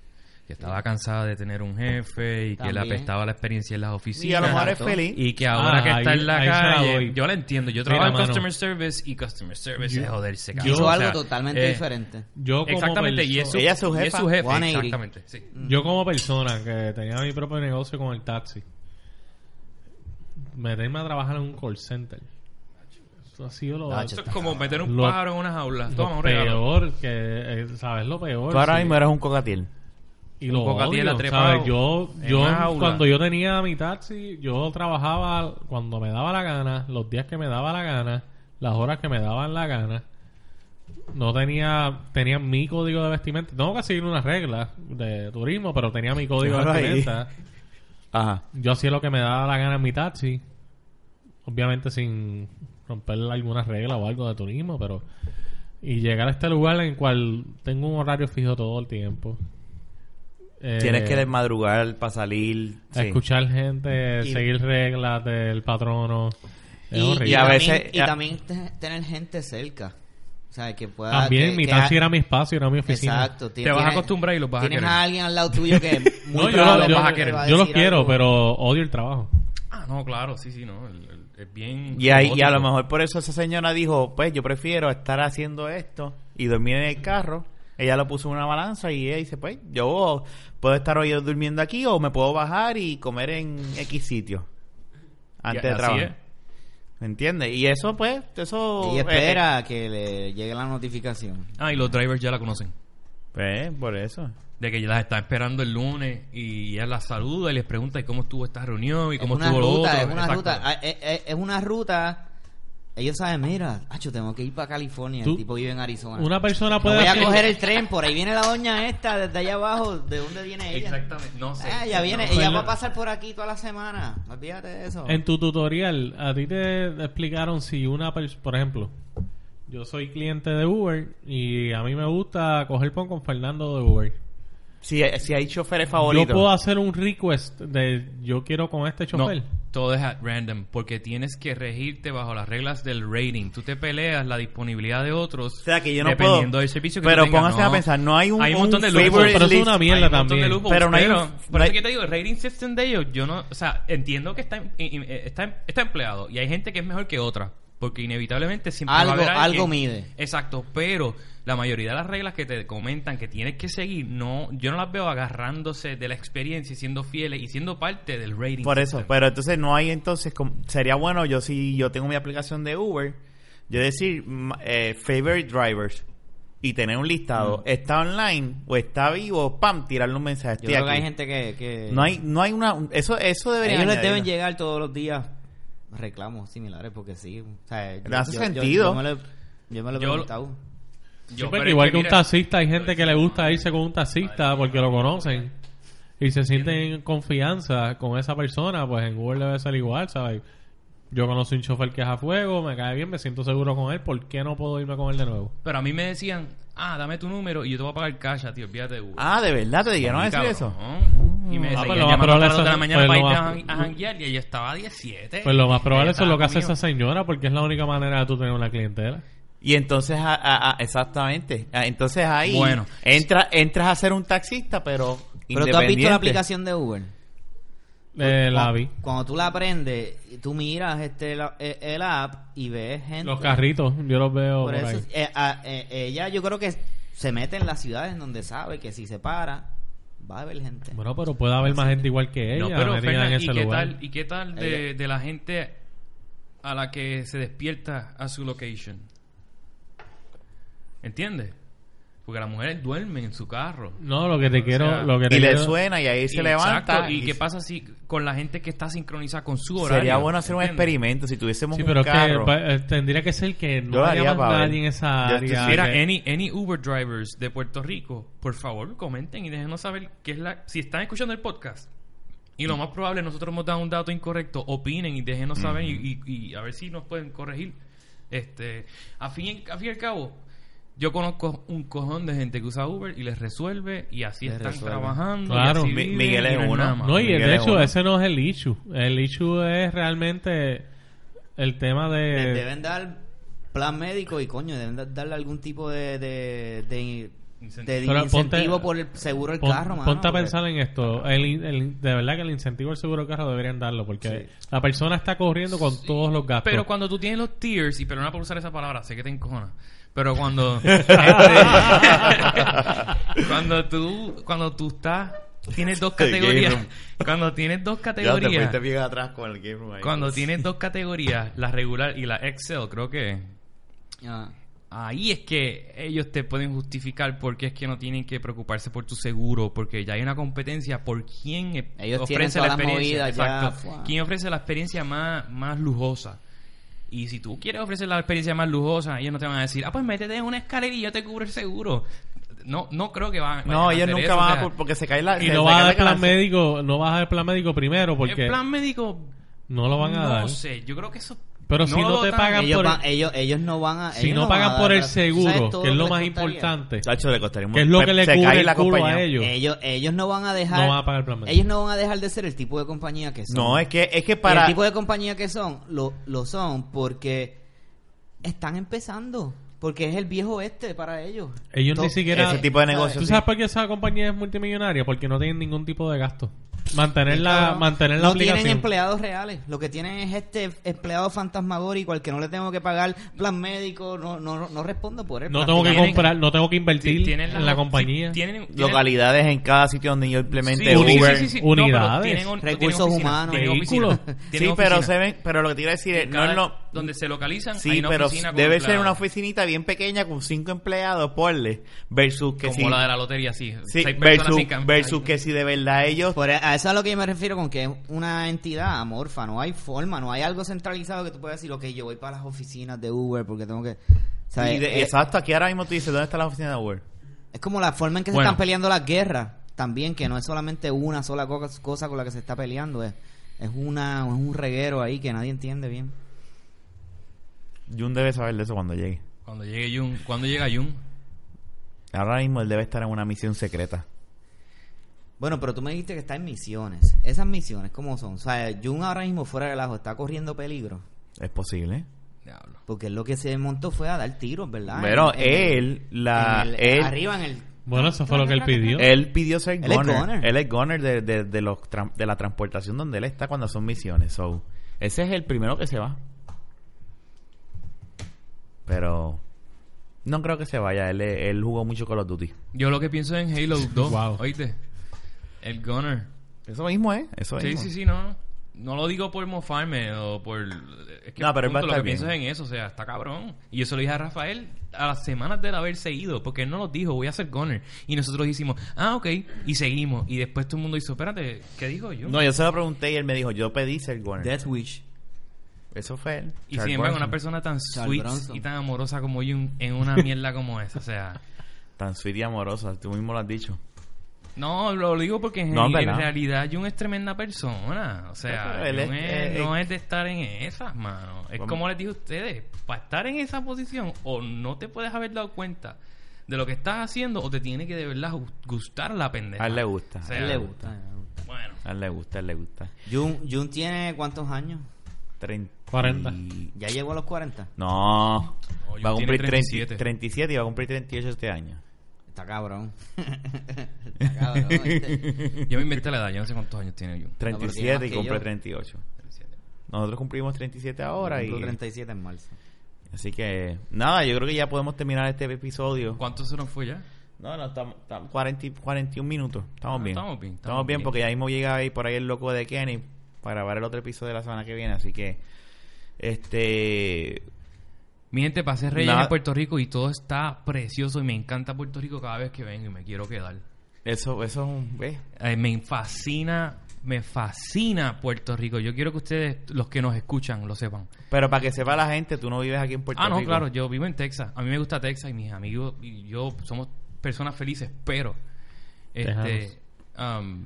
Speaker 3: Que estaba cansada de tener un jefe y que le
Speaker 4: También.
Speaker 3: apestaba la experiencia en las oficinas.
Speaker 2: Y a lo mejor es
Speaker 4: exacto.
Speaker 2: feliz.
Speaker 3: Y que ahora
Speaker 1: Ah,
Speaker 3: que está
Speaker 1: ahí-
Speaker 3: en la
Speaker 1: ahí se la
Speaker 3: calle,
Speaker 1: doy.
Speaker 3: yo la entiendo. Yo
Speaker 1: Mira,
Speaker 3: trabajo en
Speaker 1: mano.
Speaker 3: customer service y customer service
Speaker 1: Yo-
Speaker 3: es joderse,
Speaker 1: yo-
Speaker 3: cabrón.
Speaker 4: Hizo
Speaker 3: O
Speaker 4: algo
Speaker 3: sea,
Speaker 4: totalmente
Speaker 3: eh,
Speaker 4: diferente.
Speaker 1: Yo como
Speaker 3: Exactamente, y
Speaker 1: perso-
Speaker 3: es su,
Speaker 2: Ella es su
Speaker 3: y
Speaker 2: jefa.
Speaker 3: su jefe.
Speaker 4: 180.
Speaker 3: Exactamente, sí.
Speaker 1: Yo como persona que tenía mi propio negocio con el taxi, meterme a trabajar en un call center. Eso ha sido lo,
Speaker 4: Nacho,
Speaker 3: Esto es como meter un
Speaker 1: Lo-
Speaker 3: pájaro en una jaula.
Speaker 1: lo
Speaker 3: Toma, un regalo.
Speaker 1: peor que eh, sabes lo peor.
Speaker 2: Tú ahora
Speaker 1: sí.
Speaker 2: mismo eres un cocatiel.
Speaker 1: y lo
Speaker 3: poco a ti en la
Speaker 1: odio,
Speaker 3: trepa
Speaker 1: ¿sabes? Yo,
Speaker 3: en
Speaker 1: yo
Speaker 3: una jaula.
Speaker 1: cuando yo tenía mi taxi, yo trabajaba cuando me daba la gana, los días que me daba la gana, las horas que me daban la gana. No tenía, tenía mi código de vestimenta. Tengo que seguir unas reglas de turismo, pero tenía mi código de
Speaker 2: Claro, ahí.
Speaker 1: vestimenta.
Speaker 2: Ajá.
Speaker 1: Yo hacía lo que me daba la gana en mi taxi. Obviamente sin romper alguna regla o algo de turismo, pero... Y llegar a este lugar en el cual tengo un horario fijo todo el tiempo. Eh,
Speaker 2: Tienes que desmadrugar para salir.
Speaker 1: a
Speaker 2: sí.
Speaker 1: escuchar gente,
Speaker 4: Y-
Speaker 1: seguir reglas del patrono. Es
Speaker 4: Y,
Speaker 1: horrible.
Speaker 4: y
Speaker 2: a
Speaker 4: también-
Speaker 2: veces-
Speaker 4: y
Speaker 2: a-
Speaker 4: también te- tener gente cerca. O sea, que pueda.
Speaker 1: También
Speaker 4: que-
Speaker 1: mi
Speaker 4: que
Speaker 1: taxi
Speaker 4: ha-
Speaker 1: era mi espacio, era mi oficina.
Speaker 4: eh, ah, Exacto.
Speaker 3: Te vas a acostumbrar y los vas a
Speaker 4: tienes
Speaker 3: querer.
Speaker 4: alguien al lado tuyo que. muy
Speaker 1: No, yo,
Speaker 4: probable
Speaker 1: lo- yo-
Speaker 4: va-
Speaker 3: vas a
Speaker 4: te
Speaker 3: querer.
Speaker 4: va a
Speaker 1: yo los
Speaker 4: decir
Speaker 1: quiero,
Speaker 4: algo.
Speaker 1: pero odio el trabajo.
Speaker 3: Ah, no, claro, sí, sí, no. el- el- Es bien.
Speaker 2: Y, ahí, y a
Speaker 3: robótico.
Speaker 2: lo mejor por eso esa señora dijo, pues yo prefiero estar haciendo esto y dormir en el carro. Ella lo puso en una balanza y ella dice, pues yo puedo estar hoy durmiendo aquí o me puedo bajar y comer en X sitio antes
Speaker 3: Y
Speaker 2: de
Speaker 3: así
Speaker 2: trabajar.
Speaker 3: es.
Speaker 2: ¿Me entiendes? Y eso, pues, eso...
Speaker 4: Y
Speaker 2: eh,
Speaker 4: espera a que le llegue la notificación.
Speaker 3: Ah, y los drivers ya la conocen.
Speaker 2: Pues, por eso.
Speaker 3: De que ya las está esperando el lunes y ella las saluda y les pregunta ¿y cómo estuvo esta reunión y
Speaker 4: Es
Speaker 3: cómo
Speaker 4: una
Speaker 3: estuvo lo
Speaker 4: ruta,
Speaker 3: otro.
Speaker 4: es una
Speaker 3: Exacto.
Speaker 4: ruta. Ah, Es, es- es una ruta. Ellos saben, mira, acho, tengo que ir para California. El
Speaker 1: Tú-
Speaker 4: tipo vive en Arizona.
Speaker 1: Una persona
Speaker 4: No
Speaker 1: puede
Speaker 4: voy a
Speaker 1: hacer-
Speaker 4: coger el tren, por ahí viene la doña esta, desde allá abajo, ¿de dónde viene ella?
Speaker 3: Exactamente, no sé.
Speaker 4: Ah, ella viene,
Speaker 3: No,
Speaker 4: ella
Speaker 1: no.
Speaker 4: va a pasar por aquí toda la semana. Olvídate de eso.
Speaker 1: En tu tutorial, a ti te explicaron si una persona, por ejemplo, yo soy cliente de Uber y a mí me gusta coger pon con Fernando de Uber.
Speaker 2: Si, si hay choferes
Speaker 1: Yo
Speaker 2: favoritos.
Speaker 1: puedo hacer un request de yo quiero con este chofer.
Speaker 3: No. todo es at random porque tienes que regirte bajo las reglas del rating. Tú te peleas la disponibilidad de otros
Speaker 2: O sea, que yo no
Speaker 3: dependiendo
Speaker 2: puedo.
Speaker 3: del servicio que
Speaker 2: pero
Speaker 3: tú tengas,
Speaker 2: póngase
Speaker 3: ¿no?
Speaker 2: a pensar, no hay un,
Speaker 3: Hay un montón de
Speaker 1: Pero,
Speaker 2: favorite
Speaker 3: loophole,
Speaker 1: pero es
Speaker 2: list.
Speaker 1: una mierda
Speaker 3: Hay un montón de
Speaker 1: también.
Speaker 3: loopholes, Pero
Speaker 2: Pero no hay un-
Speaker 3: por
Speaker 2: no
Speaker 3: eso
Speaker 2: hay-
Speaker 3: que te digo, el rating system de ellos, yo no, o sea, entiendo que está, em- em- está, está empleado y hay gente que es mejor que otra, porque inevitablemente siempre va a
Speaker 4: Algo-
Speaker 3: haber alguien-
Speaker 4: algo mide.
Speaker 3: Exacto, pero la mayoría de las reglas que te comentan que tienes que seguir, no, yo no las veo agarrándose de la experiencia y siendo fieles y siendo parte del rating.
Speaker 2: Por eso,
Speaker 3: system.
Speaker 2: pero entonces no hay entonces, com- sería bueno yo si yo tengo mi aplicación de Uber, yo decir mm, eh, favorite drivers y tener un
Speaker 3: Mm.
Speaker 2: listado, está online o está vivo, pam, tirarle un mensaje.
Speaker 4: Yo
Speaker 2: "Estoy
Speaker 4: creo que
Speaker 2: aquí".
Speaker 4: hay gente que... que
Speaker 2: no hay no hay una un- eso eso debería
Speaker 4: ellos les
Speaker 2: añadirlo.
Speaker 4: deben llegar todos los días reclamos similares porque sí. O sea, yo-
Speaker 2: Hace
Speaker 4: yo-
Speaker 2: sentido.
Speaker 4: Yo, yo me lo, yo me lo he
Speaker 3: Yo-
Speaker 4: preguntado.
Speaker 1: Sí,
Speaker 3: Yo,
Speaker 1: porque
Speaker 3: pero es
Speaker 1: igual que un
Speaker 3: mira, pues,
Speaker 1: taxista, hay gente que le gusta irse con un taxista porque lo conocen y se sienten en confianza con esa persona, pues en Google debe ser igual, ¿sabes? Yo conocí un chofer que es a fuego, me cae bien, me siento seguro con él, ¿por qué no puedo irme con él de nuevo?
Speaker 3: Pero a mí me decían, ah, dame tu número y yo te voy a pagar cash a ti, olvídate de Uber.
Speaker 2: Ah, de verdad te dijeron
Speaker 3: Muy
Speaker 2: decir
Speaker 3: cabrón.
Speaker 2: eso.
Speaker 3: Y me
Speaker 1: Ah,
Speaker 3: seguían
Speaker 1: pues lo más
Speaker 3: llamando a
Speaker 1: probable
Speaker 3: las dos de
Speaker 1: eso-
Speaker 3: la mañana
Speaker 1: pues
Speaker 3: para
Speaker 1: lo
Speaker 3: irte
Speaker 1: más-
Speaker 3: a- a janguear y yo estaba a 17.
Speaker 1: Pues lo más probable
Speaker 3: Ella
Speaker 1: eso es lo que
Speaker 3: estaba
Speaker 1: hace esa
Speaker 3: conmigo.
Speaker 1: señora porque es la única manera de tú tener una clientela.
Speaker 2: Y entonces, a- a- a- exactamente. Ah, Entonces ahí
Speaker 3: Bueno.
Speaker 2: entra, entras a ser un taxista, pero.
Speaker 4: Pero tú has visto
Speaker 2: independiente.
Speaker 4: la aplicación de Uber.
Speaker 3: Pues,
Speaker 1: Eh, la
Speaker 4: Cuando-
Speaker 1: vi.
Speaker 4: Cuando tú la aprendes, y tú miras este la- eh, el, app y ves gente.
Speaker 1: Los carritos, yo los veo
Speaker 4: Por
Speaker 1: por,
Speaker 4: eso,
Speaker 1: ahí.
Speaker 4: eh, a- eh, ella yo creo que se mete en las ciudades en donde sabe que si se para, va a haber gente.
Speaker 1: Bueno, pero puede haber más gente igual que ella
Speaker 3: No, pero
Speaker 1: metida
Speaker 3: Fernan,
Speaker 1: en
Speaker 3: ¿y
Speaker 1: ese
Speaker 3: qué
Speaker 1: lugar.
Speaker 3: tal, ¿y qué tal de, de la gente a la que se despierta a su location? ¿Entiendes? Porque las mujeres duermen en su carro.
Speaker 1: No, lo que te
Speaker 3: O
Speaker 1: quiero...
Speaker 3: sea,
Speaker 1: lo que te
Speaker 2: Y le
Speaker 1: quiero-
Speaker 2: suena y ahí se
Speaker 3: Exacto,
Speaker 2: levanta.
Speaker 3: ¿Y, qué pasa si con la gente que está sincronizada con su horario?
Speaker 2: Sería bueno hacer un
Speaker 3: ¿Entiendes?
Speaker 2: experimento si tuviésemos
Speaker 1: Sí,
Speaker 2: un
Speaker 1: pero es que
Speaker 2: carro.
Speaker 1: pa- eh, tendría que ser que
Speaker 2: Yo
Speaker 1: no
Speaker 2: lo
Speaker 1: haya
Speaker 2: haría
Speaker 1: más
Speaker 2: pa' ver.
Speaker 1: nadie en esa área.
Speaker 2: Yo estoy-
Speaker 3: Si era
Speaker 1: que-
Speaker 3: any, any Uber drivers de Puerto Rico, por favor comenten y déjenos saber qué es la. Si están escuchando el podcast y lo más probable nosotros hemos dado un dato incorrecto, opinen y déjenos saber y, y- y a ver si nos pueden corregir. Este, a fin, y- a fin y al cabo, yo conozco un cojón de gente que usa Uber y les resuelve y así
Speaker 4: Les
Speaker 3: están
Speaker 4: resuelve.
Speaker 3: trabajando.
Speaker 1: Claro.
Speaker 3: y así
Speaker 1: Mi-
Speaker 3: viven,
Speaker 2: Miguel
Speaker 3: y
Speaker 2: es
Speaker 3: no
Speaker 2: uno.
Speaker 3: nada más.
Speaker 1: No, y
Speaker 2: Miguel
Speaker 1: de
Speaker 2: es
Speaker 1: hecho
Speaker 2: uno.
Speaker 1: ese no es el issue. El issue es realmente el tema
Speaker 4: Les
Speaker 1: de...
Speaker 4: Eh, deben dar plan médico y coño, deben da- darle algún tipo de, de, de-
Speaker 3: Incentivo.
Speaker 4: de
Speaker 1: Pero ponte-
Speaker 4: incentivo por el seguro del
Speaker 1: Pon-
Speaker 4: carro, mano,
Speaker 1: ponte a
Speaker 4: porque-
Speaker 1: pensar en esto. El, in- el- de verdad que el incentivo al seguro de carro deberían darlo porque la persona está corriendo con todos los
Speaker 2: Ah,
Speaker 1: gastos.
Speaker 3: Pero cuando tú tienes los tiers, y perdona por usar esa palabra, sé que te encojona, pero cuando este, cuando tú cuando tú estás tienes dos
Speaker 2: El
Speaker 3: categorías,
Speaker 2: game
Speaker 3: cuando tienes dos
Speaker 2: Ya te
Speaker 3: categorías,
Speaker 2: fuiste bien atrás con el Game Room ahí.
Speaker 3: cuando tienes dos categorías, la regular y la Excel, creo que
Speaker 4: Ah.
Speaker 3: ahí es que ellos te pueden justificar porque es que no tienen que preocuparse por tu seguro, porque ya hay una competencia por quién e-
Speaker 4: Ellos tienen
Speaker 3: ofrece la
Speaker 4: todas las
Speaker 3: experiencia.
Speaker 4: movidas ya,
Speaker 3: exacto.
Speaker 4: fuá.
Speaker 3: Quién ofrece la experiencia más, más lujosa. Y si tú quieres ofrecer la experiencia más lujosa, ellos no te van a decir, ah, pues métete en una escalera y yo te cubro el seguro. No, no creo que van vayan
Speaker 2: No,
Speaker 3: a
Speaker 2: ellos
Speaker 3: hacer
Speaker 2: nunca
Speaker 3: eso,
Speaker 2: van
Speaker 3: o
Speaker 2: a.
Speaker 3: sea,
Speaker 2: cu- Porque se cae la.
Speaker 1: y
Speaker 2: se-
Speaker 1: no
Speaker 2: se
Speaker 1: vas
Speaker 2: cae
Speaker 1: a
Speaker 2: la
Speaker 1: dar plan
Speaker 2: ganancia.
Speaker 1: médico, no vas a dar plan médico primero porque
Speaker 3: El plan médico,
Speaker 1: no lo van a
Speaker 3: no
Speaker 1: dar.
Speaker 3: sé, yo creo que eso...
Speaker 1: Pero si no
Speaker 3: lo
Speaker 1: te
Speaker 3: dan.
Speaker 1: pagan
Speaker 4: Ellos,
Speaker 1: por-
Speaker 4: van- ellos, ellos no van a...
Speaker 1: Si
Speaker 4: ellos
Speaker 1: no
Speaker 4: van a
Speaker 1: pagan
Speaker 4: dar
Speaker 1: por el
Speaker 4: la- ¿tú
Speaker 1: seguro,
Speaker 4: sabes todo
Speaker 1: que es
Speaker 4: lo
Speaker 1: lo
Speaker 4: que
Speaker 1: más
Speaker 4: costaría?
Speaker 1: importante,
Speaker 2: Chacho, le costaría un
Speaker 1: que es lo
Speaker 2: pe-
Speaker 1: que le
Speaker 2: se
Speaker 1: cubre
Speaker 2: cae
Speaker 1: el
Speaker 2: la
Speaker 1: culo
Speaker 2: compañía.
Speaker 1: a ellos.
Speaker 4: Ellos, ellos no van a dejar...
Speaker 1: No van a pagar el plan médico.
Speaker 4: Ellos no van a dejar de ser el tipo de compañía que son.
Speaker 2: No, es que, es que
Speaker 4: Y
Speaker 2: para.
Speaker 4: el tipo de compañía que son, lo, lo son porque están empezando. Porque es el viejo este para ellos.
Speaker 1: Ellos ni
Speaker 4: To-
Speaker 1: siquiera-
Speaker 2: Ese tipo de negocio.
Speaker 1: ¿Tú
Speaker 2: sí.
Speaker 1: sabes por qué esa compañía es multimillonaria? Porque no tienen ningún tipo de gasto. Mantener la,
Speaker 4: Claro,
Speaker 1: mantener la
Speaker 4: no
Speaker 1: aplicación.
Speaker 4: tienen empleados reales. Lo que tienen es este empleado fantasmagórico al que no le tengo que pagar plan médico. No, no, no respondo por él.
Speaker 1: No tengo que
Speaker 3: Tienen-
Speaker 1: comprar, no tengo que
Speaker 3: Sí,
Speaker 1: invertir
Speaker 3: tienen
Speaker 1: en la compañía.
Speaker 3: tienen- tienen-
Speaker 2: Localidades en cada sitio donde yo implemente
Speaker 3: Sí, sí,
Speaker 2: Uber.
Speaker 3: sí, sí, sí.
Speaker 1: unidades,
Speaker 3: No, pero tienen un- tienen
Speaker 4: recursos
Speaker 3: oficinas,
Speaker 4: humanos,
Speaker 3: tienen
Speaker 1: vehículos.
Speaker 3: oficinas, tienen
Speaker 2: Sí, pero,
Speaker 3: oficinas.
Speaker 2: se ven, pero lo que te iba a decir es. No
Speaker 3: Cada-
Speaker 2: es lo,
Speaker 3: donde se localizan hay
Speaker 2: Sí,
Speaker 3: una
Speaker 2: pero
Speaker 3: oficina con
Speaker 2: debe ser
Speaker 3: empleados.
Speaker 2: una oficinita bien pequeña con cinco empleados, porle, versus que
Speaker 3: como
Speaker 2: si,
Speaker 3: la de la lotería sí,
Speaker 2: sí,
Speaker 3: Seis personas
Speaker 2: versus,
Speaker 3: sin cam-
Speaker 2: versus
Speaker 3: Ay,
Speaker 2: que si de verdad ellos
Speaker 4: Por e- a eso es a lo que yo me refiero con que es una entidad amorfa, no hay forma, no hay algo centralizado que tú puedas decir, ok, yo voy para las oficinas de Uber porque tengo que... ¿sabes?
Speaker 2: y de-
Speaker 4: Es-
Speaker 2: exacto, aquí ahora mismo tú dices, ¿dónde está la oficina de Uber?
Speaker 4: Es como la forma en que
Speaker 3: Bueno.
Speaker 4: se están peleando las guerras, también, que no es solamente una sola co- cosa con la que se está peleando, es, es, una, es un reguero ahí que nadie entiende bien.
Speaker 2: Jun debe saber de eso cuando llegue.
Speaker 3: cuando llegue Jun cuando llega Jun
Speaker 2: Ahora mismo él debe estar en una misión secreta.
Speaker 4: Bueno, pero tú me dijiste que está en misiones. Esas misiones, ¿cómo son? O sea, Jun ahora mismo fuera del ajo está corriendo peligro.
Speaker 2: Es posible.
Speaker 3: Diablo.
Speaker 4: Porque él lo que se montó fue a dar tiros, ¿verdad?
Speaker 2: Pero
Speaker 4: Ah, En- en-
Speaker 2: él, la,
Speaker 4: en el-
Speaker 2: él,
Speaker 4: arriba en el.
Speaker 1: Bueno, eso fue lo que él pidió.
Speaker 2: él pidió ser
Speaker 4: Él es
Speaker 2: goner.
Speaker 4: goner.
Speaker 2: Él es goner de, de, de los, tran- de la transportación donde él está cuando son misiones. So, ese es el primero que se va. Pero no creo que se vaya. Él, él jugó mucho Call of Duty.
Speaker 3: Yo lo que pienso es en Halo 2.
Speaker 1: Wow.
Speaker 3: Oíste. El Gunner.
Speaker 2: Eso mismo, ¿eh? Eso
Speaker 3: Sí,
Speaker 2: mismo.
Speaker 3: sí, sí, no. No lo digo por mofarme o por... Es que
Speaker 2: No, pero él va a
Speaker 3: punto,
Speaker 2: estar
Speaker 3: lo que
Speaker 2: bien.
Speaker 3: pienso es en eso, o sea, está cabrón. Y eso lo dije a Rafael a las semanas de él haberse ido, porque él no nos dijo, voy a ser Gunner. Y nosotros hicimos, ah, ok, y seguimos. Y después todo el mundo hizo, espérate, ¿qué dijo yo?
Speaker 2: No, yo se lo pregunté y él me dijo, yo pedí ser goner.
Speaker 4: Death Wish.
Speaker 2: Eso fue él.
Speaker 3: y
Speaker 2: Charles
Speaker 3: sin embargo,
Speaker 2: Bronson.
Speaker 3: una persona tan
Speaker 4: Charles
Speaker 3: sweet
Speaker 4: Bronson.
Speaker 3: y tan amorosa como yo en una mierda como esa, o sea...
Speaker 2: Tan sweet y amorosa, tú mismo lo has dicho.
Speaker 3: No, lo digo porque en,
Speaker 2: No, en
Speaker 3: en
Speaker 2: verdad.
Speaker 3: realidad Jun es tremenda persona. O sea,
Speaker 2: Pero él
Speaker 3: Jun
Speaker 2: es-
Speaker 3: es-
Speaker 2: eh,
Speaker 3: no
Speaker 2: eh.
Speaker 3: es de estar en esas, mano. Es
Speaker 2: Vamos.
Speaker 3: como les dije a ustedes, para estar en esa posición o no te puedes haber dado cuenta de lo que estás haciendo o te tiene que de verdad gu- gustar la pendeja.
Speaker 2: A él le gusta.
Speaker 3: O
Speaker 4: A
Speaker 3: sea,
Speaker 4: él le gusta. a él le gusta.
Speaker 3: Bueno,
Speaker 2: A él le gusta, a él le gusta.
Speaker 4: Jun, Jun tiene cuántos años?
Speaker 2: 30.
Speaker 1: 40.
Speaker 4: Ya llegó a los 40.
Speaker 2: No.
Speaker 3: No, yo
Speaker 2: va a cumplir
Speaker 3: tiene 37.
Speaker 2: 37. 37 y va a cumplir 38 este año.
Speaker 4: Está cabrón. Está cabrón. este.
Speaker 3: yo me inventé la edad, yo no sé cuántos años tiene Jun.
Speaker 2: 37 y
Speaker 4: que
Speaker 2: cumple
Speaker 4: yo.
Speaker 2: 38. Nosotros cumplimos 37 ahora
Speaker 4: Cumplo
Speaker 2: y...
Speaker 4: 37 en marzo.
Speaker 2: Así que... Nada, yo creo que ya podemos terminar este episodio.
Speaker 3: ¿Cuántos se nos fue ya?
Speaker 2: No, no, estamos... estamos- 40 y- 41 minutos. Estamos
Speaker 3: Ah,
Speaker 2: bien.
Speaker 3: estamos bien, estamos
Speaker 2: Estamos bien
Speaker 3: bien.
Speaker 2: porque ya mismo llega ahí por ahí el loco de Kenny para grabar el otro episodio de la semana que viene. Así que... Este...
Speaker 3: Mi gente, pasé Reyes
Speaker 2: Nada.
Speaker 3: en Puerto Rico y todo está precioso y me encanta Puerto Rico cada vez que vengo y me quiero quedar.
Speaker 2: Eso, eso es un... ¿ves?
Speaker 3: Eh, me fascina, me fascina Puerto Rico. Yo quiero que ustedes, los que nos escuchan, lo sepan.
Speaker 2: Pero para que sepa la gente, tú no vives aquí en Puerto
Speaker 3: ah, no,
Speaker 2: Rico.
Speaker 3: claro, yo vivo en Texas. A mí me gusta Texas y mis amigos y yo somos personas felices, pero este, um,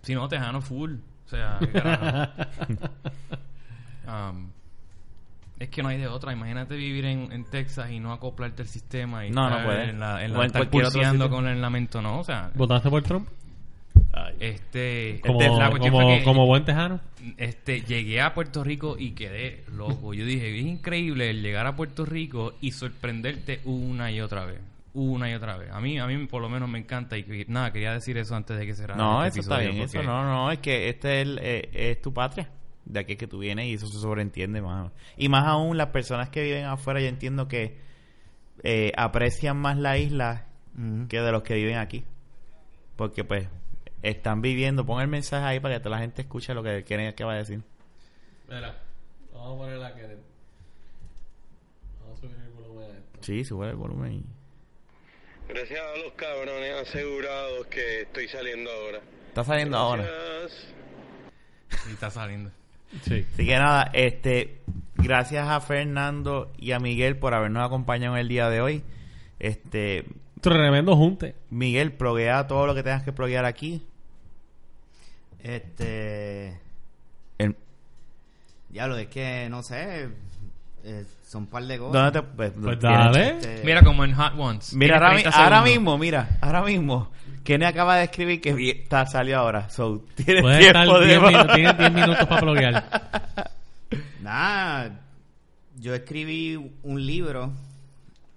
Speaker 3: si no, tejano full. O sea, qué carajo. Um, es que no hay de otra. Imagínate vivir en, en Texas y no acoplarte al sistema y
Speaker 2: No, no
Speaker 3: estar
Speaker 2: puede.
Speaker 3: en la, en la-
Speaker 2: O en
Speaker 3: estar
Speaker 2: cualquier otro
Speaker 3: pulseando
Speaker 2: sitio.
Speaker 3: con el lamento, ¿no? O sea,
Speaker 1: ¿Votaste por Trump?
Speaker 3: este...
Speaker 1: Como,
Speaker 3: la cuestión fue
Speaker 1: como,
Speaker 3: que-
Speaker 1: como buen tejano.
Speaker 3: este, llegué a Puerto Rico y quedé loco. Yo dije, es increíble el llegar a Puerto Rico y sorprenderte una y otra vez. Una y otra vez. A mí, a mí por lo menos me encanta y que- nada, quería decir eso antes de que cerrara.
Speaker 2: No,
Speaker 3: este
Speaker 2: eso está
Speaker 3: episodio,
Speaker 2: bien, eso
Speaker 3: porque-
Speaker 2: no, no, es que este es, el- eh, es tu patria, de aquí es que tú vienes y eso se sobreentiende más. Y más aún las personas que viven afuera, yo entiendo que eh, aprecian más la isla
Speaker 4: Ujú.
Speaker 2: que de los que viven aquí. Porque pues están viviendo, pon el mensaje ahí para que toda la gente escuche lo que quieren que va a decir.
Speaker 1: Mira, vamos a poner la que... Vamos a subir el volumen a esto.
Speaker 2: Sí, sube el volumen. y-
Speaker 5: Gracias a los cabrones asegurados que estoy saliendo ahora.
Speaker 2: Está saliendo ahora.
Speaker 5: Gracias.
Speaker 3: Y está saliendo.
Speaker 1: Sí.
Speaker 2: Así que nada, este, gracias a Fernando y a Miguel por habernos acompañado en el día de hoy. Este,
Speaker 1: Tremendo junte.
Speaker 2: Miguel, proguea todo lo que tengas que proguear aquí.
Speaker 4: Este.
Speaker 2: El-
Speaker 4: Ya lo es que no sé. eh, son un par de cosas.
Speaker 2: ¿Dónde te, pues,
Speaker 1: Pues
Speaker 2: tienes-
Speaker 1: dale.
Speaker 4: Este,
Speaker 3: Mira como en Hot Ones. Tiene
Speaker 2: Mira, ahora, mi-
Speaker 3: 30
Speaker 2: ahora
Speaker 3: segundos.
Speaker 2: mismo, mira, ahora mismo. Kenny acaba de escribir que vi- está, salió ahora. So, tienes
Speaker 1: Puedes estar
Speaker 2: tiempo
Speaker 1: 10
Speaker 2: de...
Speaker 1: minutos, tienes 10 minutos para bloguear.
Speaker 4: Nada, yo escribí un libro,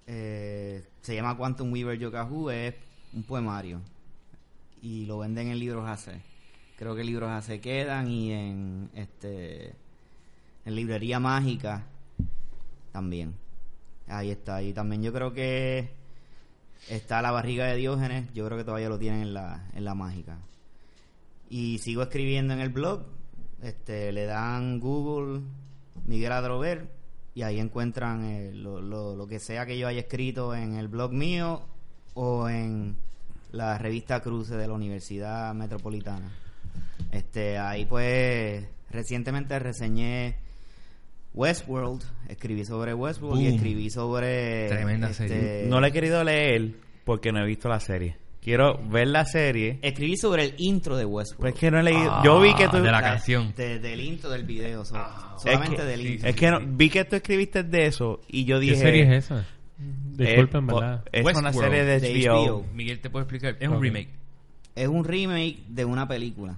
Speaker 4: eh, se llama Quantum Weaver Yokahu, es un poemario y lo venden en libros AC. Creo que libros AC quedan y en este en librería mágica también. Ahí está, y también yo creo que está la barriga de Diógenes, yo creo que todavía lo tienen en la, en la mágica y sigo escribiendo en el blog. Este, le dan Google Miguel Adrover y ahí encuentran eh, lo, lo- lo que sea que yo haya escrito en el blog mío o en la revista Cruce de la Universidad Metropolitana. Este, ahí pues recientemente reseñé Westworld, escribí sobre Westworld y
Speaker 3: Boom.
Speaker 4: escribí sobre
Speaker 3: Uh,
Speaker 4: este,
Speaker 3: Tremenda serie.
Speaker 2: No le he querido leer porque no he visto la serie. Quiero ver la serie.
Speaker 4: escribí sobre el intro de Westworld.
Speaker 2: Pues que no he leído... Yo vi que tú...
Speaker 3: Ah, de la
Speaker 4: O sea,
Speaker 3: canción.
Speaker 4: de- del intro del video, so-
Speaker 2: es
Speaker 4: solamente del
Speaker 2: que,
Speaker 4: intro.
Speaker 2: es que no- vi que tú escribiste de eso y yo
Speaker 1: ¿Qué
Speaker 2: dije...
Speaker 1: serie es esa?
Speaker 2: eh,
Speaker 1: Disculpen,
Speaker 2: po-
Speaker 1: ¿verdad?
Speaker 2: Es una
Speaker 3: Westworld,
Speaker 2: serie de
Speaker 4: de
Speaker 2: HBO.
Speaker 4: HBO.
Speaker 3: Miguel te puede explicar. Es un
Speaker 1: Ok.
Speaker 3: remake.
Speaker 4: es un remake de una película,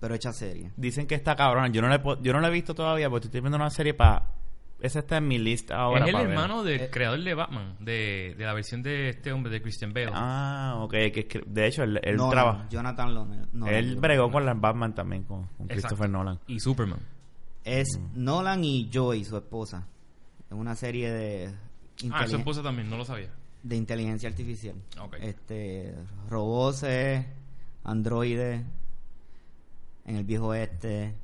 Speaker 4: pero hecha serie.
Speaker 2: Dicen que está cabrona. Yo no la he, po- yo no la he visto todavía porque estoy viendo una serie para... Esa está en mi lista ahora.
Speaker 3: es el
Speaker 2: pa' ver.
Speaker 3: hermano del
Speaker 4: Eh.
Speaker 3: creador de Batman, de, de la versión de este hombre, de Christian Bale.
Speaker 2: Ah, ok. que es que- de hecho, él, él
Speaker 4: No, no,
Speaker 2: trabaja.
Speaker 4: Jonathan Nolan. Nolan.
Speaker 2: él bregó con las Batman también, con,
Speaker 3: Exacto.
Speaker 2: con Christopher Nolan.
Speaker 3: Y Superman. Ah,
Speaker 4: Es Nolan y Joy, su esposa. Es una serie de,
Speaker 3: Ah, su
Speaker 4: inteligen-
Speaker 3: esposa también, no lo sabía.
Speaker 4: de inteligencia artificial.
Speaker 3: Ok.
Speaker 4: Este, robots, eh, androides, en el viejo este.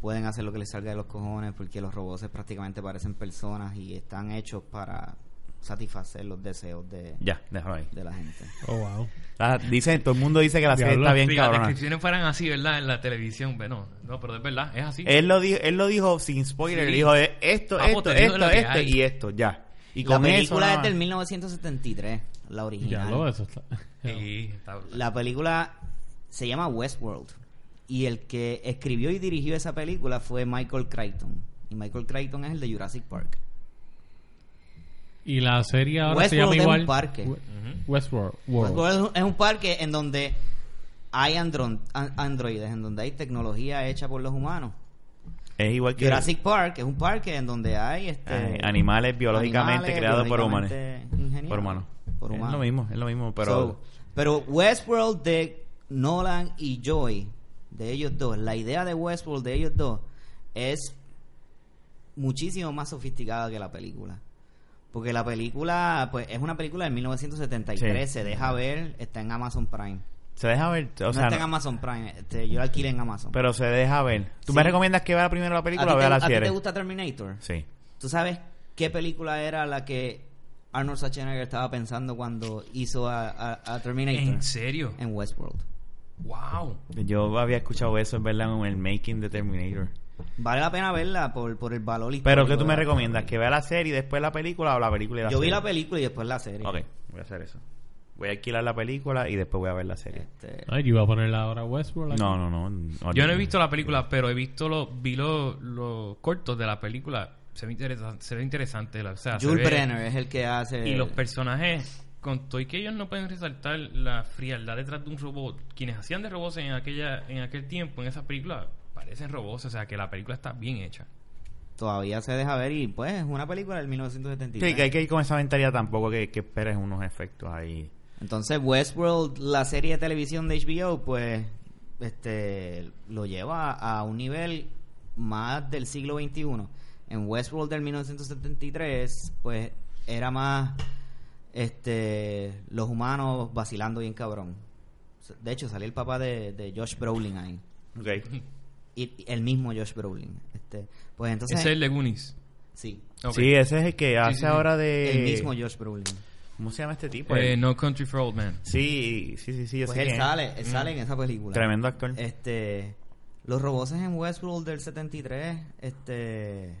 Speaker 4: Pueden hacer lo que les salga de los cojones porque los robots prácticamente parecen personas y están hechos para satisfacer los deseos de,
Speaker 2: Ya, déjalo ahí.
Speaker 4: de la gente.
Speaker 1: Oh, wow.
Speaker 2: Ah, dicen, todo el mundo dice que la serie
Speaker 1: Diablo.
Speaker 2: está bien
Speaker 3: si las
Speaker 2: cabrona.
Speaker 3: descripciones fueran así, ¿verdad? En la televisión, pero no, no, pero es verdad, es así.
Speaker 2: Él lo dijo, él lo dijo sin spoiler.
Speaker 3: Sí.
Speaker 2: Él dijo eh, esto,
Speaker 3: Papo,
Speaker 2: esto,
Speaker 3: te digo
Speaker 2: esto,
Speaker 3: lo que
Speaker 2: esto
Speaker 3: hay.
Speaker 2: y esto, ya. Y
Speaker 4: la
Speaker 2: con
Speaker 4: película
Speaker 2: eso,
Speaker 4: es
Speaker 2: nada
Speaker 4: del
Speaker 2: más.
Speaker 4: 1973, la
Speaker 1: Ya
Speaker 4: original.
Speaker 1: lo, eso está.
Speaker 3: Sí, está-
Speaker 4: La película se llama Westworld. Y el que escribió y dirigió esa película fue Michael Crichton. Y Michael Crichton es el de Jurassic Park.
Speaker 1: Y la serie ahora se
Speaker 4: Westworld
Speaker 1: llama
Speaker 4: es
Speaker 1: igual.
Speaker 4: un parque.
Speaker 1: We- Westworld. World.
Speaker 4: Westworld es un- es un parque en donde hay andron- an- androides, en donde hay tecnología hecha por los humanos.
Speaker 2: Es igual que
Speaker 4: Jurassic Park es un parque en donde hay este,
Speaker 2: Ay, Eh, animales biológicamente
Speaker 4: animales
Speaker 2: creados por humanos.
Speaker 4: biológicamente ingeniados
Speaker 2: Por humanos.
Speaker 4: por
Speaker 2: Es
Speaker 4: humanos.
Speaker 2: lo mismo, es lo mismo, pero...
Speaker 4: So, pero Westworld de Nolan y Joy, de ellos dos, la idea de Westworld de ellos dos es muchísimo más sofisticada que la película. Porque la película, pues es una película de 1973,
Speaker 2: Sí.
Speaker 4: se deja ver, está en Amazon Prime.
Speaker 2: se deja ver, o
Speaker 4: no
Speaker 2: sea,
Speaker 4: está en
Speaker 2: no,
Speaker 4: Amazon Prime, este, yo la alquilé en Amazon.
Speaker 2: pero se deja ver. ¿Tú
Speaker 4: Sí.
Speaker 2: me recomiendas que vea primero la película
Speaker 4: ¿A
Speaker 2: o
Speaker 4: ti
Speaker 2: vea
Speaker 4: te-
Speaker 2: la
Speaker 4: a ti
Speaker 2: serie?
Speaker 4: te gusta Terminator?
Speaker 2: Sí.
Speaker 4: ¿Tú sabes qué película era la que Arnold Schwarzenegger estaba pensando cuando hizo a, a- a Terminator?
Speaker 3: ¿En serio?
Speaker 4: En Westworld.
Speaker 3: ¡Wow!
Speaker 2: Yo había escuchado eso, es verdad, en el making de Terminator.
Speaker 4: Vale la pena verla por, por el valor
Speaker 2: Pero
Speaker 4: histórico
Speaker 2: ¿qué tú
Speaker 4: de
Speaker 2: me
Speaker 4: la
Speaker 2: recomiendas? ¿Que vea la serie y después la película o la película y la
Speaker 4: Yo vi
Speaker 2: serie?
Speaker 4: la película y después la serie.
Speaker 2: Ok, voy a hacer eso. Voy a alquilar la película y después voy a ver la serie.
Speaker 4: Este,
Speaker 1: Ay, yo iba a ponerla ahora Westworld. aquí.
Speaker 2: No, no, no.
Speaker 3: Yo no he visto la película, pero he visto los, vi los, los cortos de la película. Se ve, interesa- se ve interesante. la- O sea, se
Speaker 4: Jules
Speaker 3: ve-
Speaker 4: Brenner es el que hace...
Speaker 2: eh.
Speaker 3: Y los personajes, con todo y que ellos no pueden resaltar la frialdad detrás de un robot, quienes hacían de robots en aquella en aquel tiempo, en esa película, parecen robots, o sea que la película está bien hecha.
Speaker 4: Todavía se deja ver y pues es una película del 1973.
Speaker 2: Sí, que hay que ir con esa mentalidad tampoco que, que esperes unos efectos ahí.
Speaker 4: Entonces Westworld, la serie de televisión de HBO, pues este lo lleva a un nivel más del siglo XXI. En Westworld del 1973, pues era más este los humanos vacilando bien cabrón. De hecho, salía el papá de, de Josh Brolin ahí.
Speaker 2: Ok.
Speaker 4: Y y el mismo Josh Brolin. Este, pues entonces...
Speaker 3: Ese es el de Goonies.
Speaker 4: Sí,
Speaker 3: Ok.
Speaker 2: Sí, ese es el que hace
Speaker 3: sí, sí.
Speaker 2: ahora de...
Speaker 4: el mismo Josh Brolin.
Speaker 2: ¿Cómo se llama este tipo?
Speaker 3: Eh,
Speaker 2: El-
Speaker 3: no Country for Old Men.
Speaker 2: Sí, sí, sí, sí, yo
Speaker 4: Pues
Speaker 2: sé
Speaker 4: él
Speaker 2: quién es. Mm.
Speaker 4: sale, él sale en esa película.
Speaker 2: Tremendo actor.
Speaker 4: Este, los robots en Westworld del 73, este,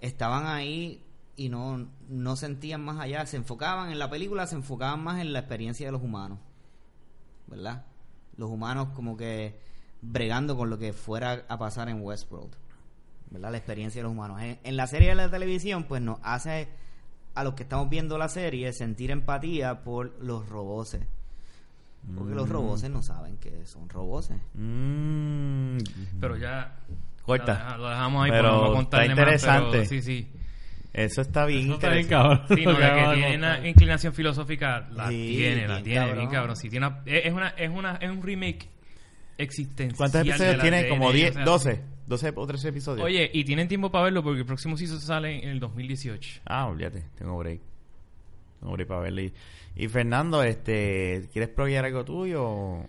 Speaker 4: estaban ahí y no, no sentían más allá. Se enfocaban en la película, se enfocaban más en la experiencia de los humanos, ¿verdad? Los humanos como que bregando con lo que fuera a pasar en Westworld, ¿verdad? La experiencia de los humanos. En, en la serie de la televisión, pues nos hace a los que estamos viendo la serie sentir empatía por los robots. Porque los robots no saben que son robots.
Speaker 2: Mm.
Speaker 3: Pero ya.
Speaker 2: Corta.
Speaker 3: la deja- Lo dejamos ahí
Speaker 2: Pero
Speaker 3: por no
Speaker 2: está
Speaker 3: contarle más.
Speaker 2: interesante.
Speaker 3: Pero sí, sí.
Speaker 2: Eso está bien
Speaker 1: Eso está bien,
Speaker 2: interesante.
Speaker 1: cabrón.
Speaker 3: Sí, no,
Speaker 1: Lo que
Speaker 3: la
Speaker 1: acaba
Speaker 3: que
Speaker 1: de
Speaker 3: tiene
Speaker 1: contar.
Speaker 3: una inclinación filosófica la
Speaker 4: Sí,
Speaker 3: tiene, la
Speaker 4: bien
Speaker 3: tiene, bien
Speaker 4: cabrón.
Speaker 3: cabrón. Sí, tiene una, es, es una, es, una, es un remake existencial.
Speaker 2: ¿Cuántos episodios
Speaker 3: de la
Speaker 2: tiene?
Speaker 3: TNT,
Speaker 2: Como 10,
Speaker 3: o sea,
Speaker 2: 12. 12 o 13 episodios.
Speaker 3: Oye, y tienen tiempo para verlo porque el próximo season sale en el 2018.
Speaker 2: Ah, olvídate, tengo break. Tengo break para verle. Y Fernando, este, ¿quieres probar algo tuyo? o-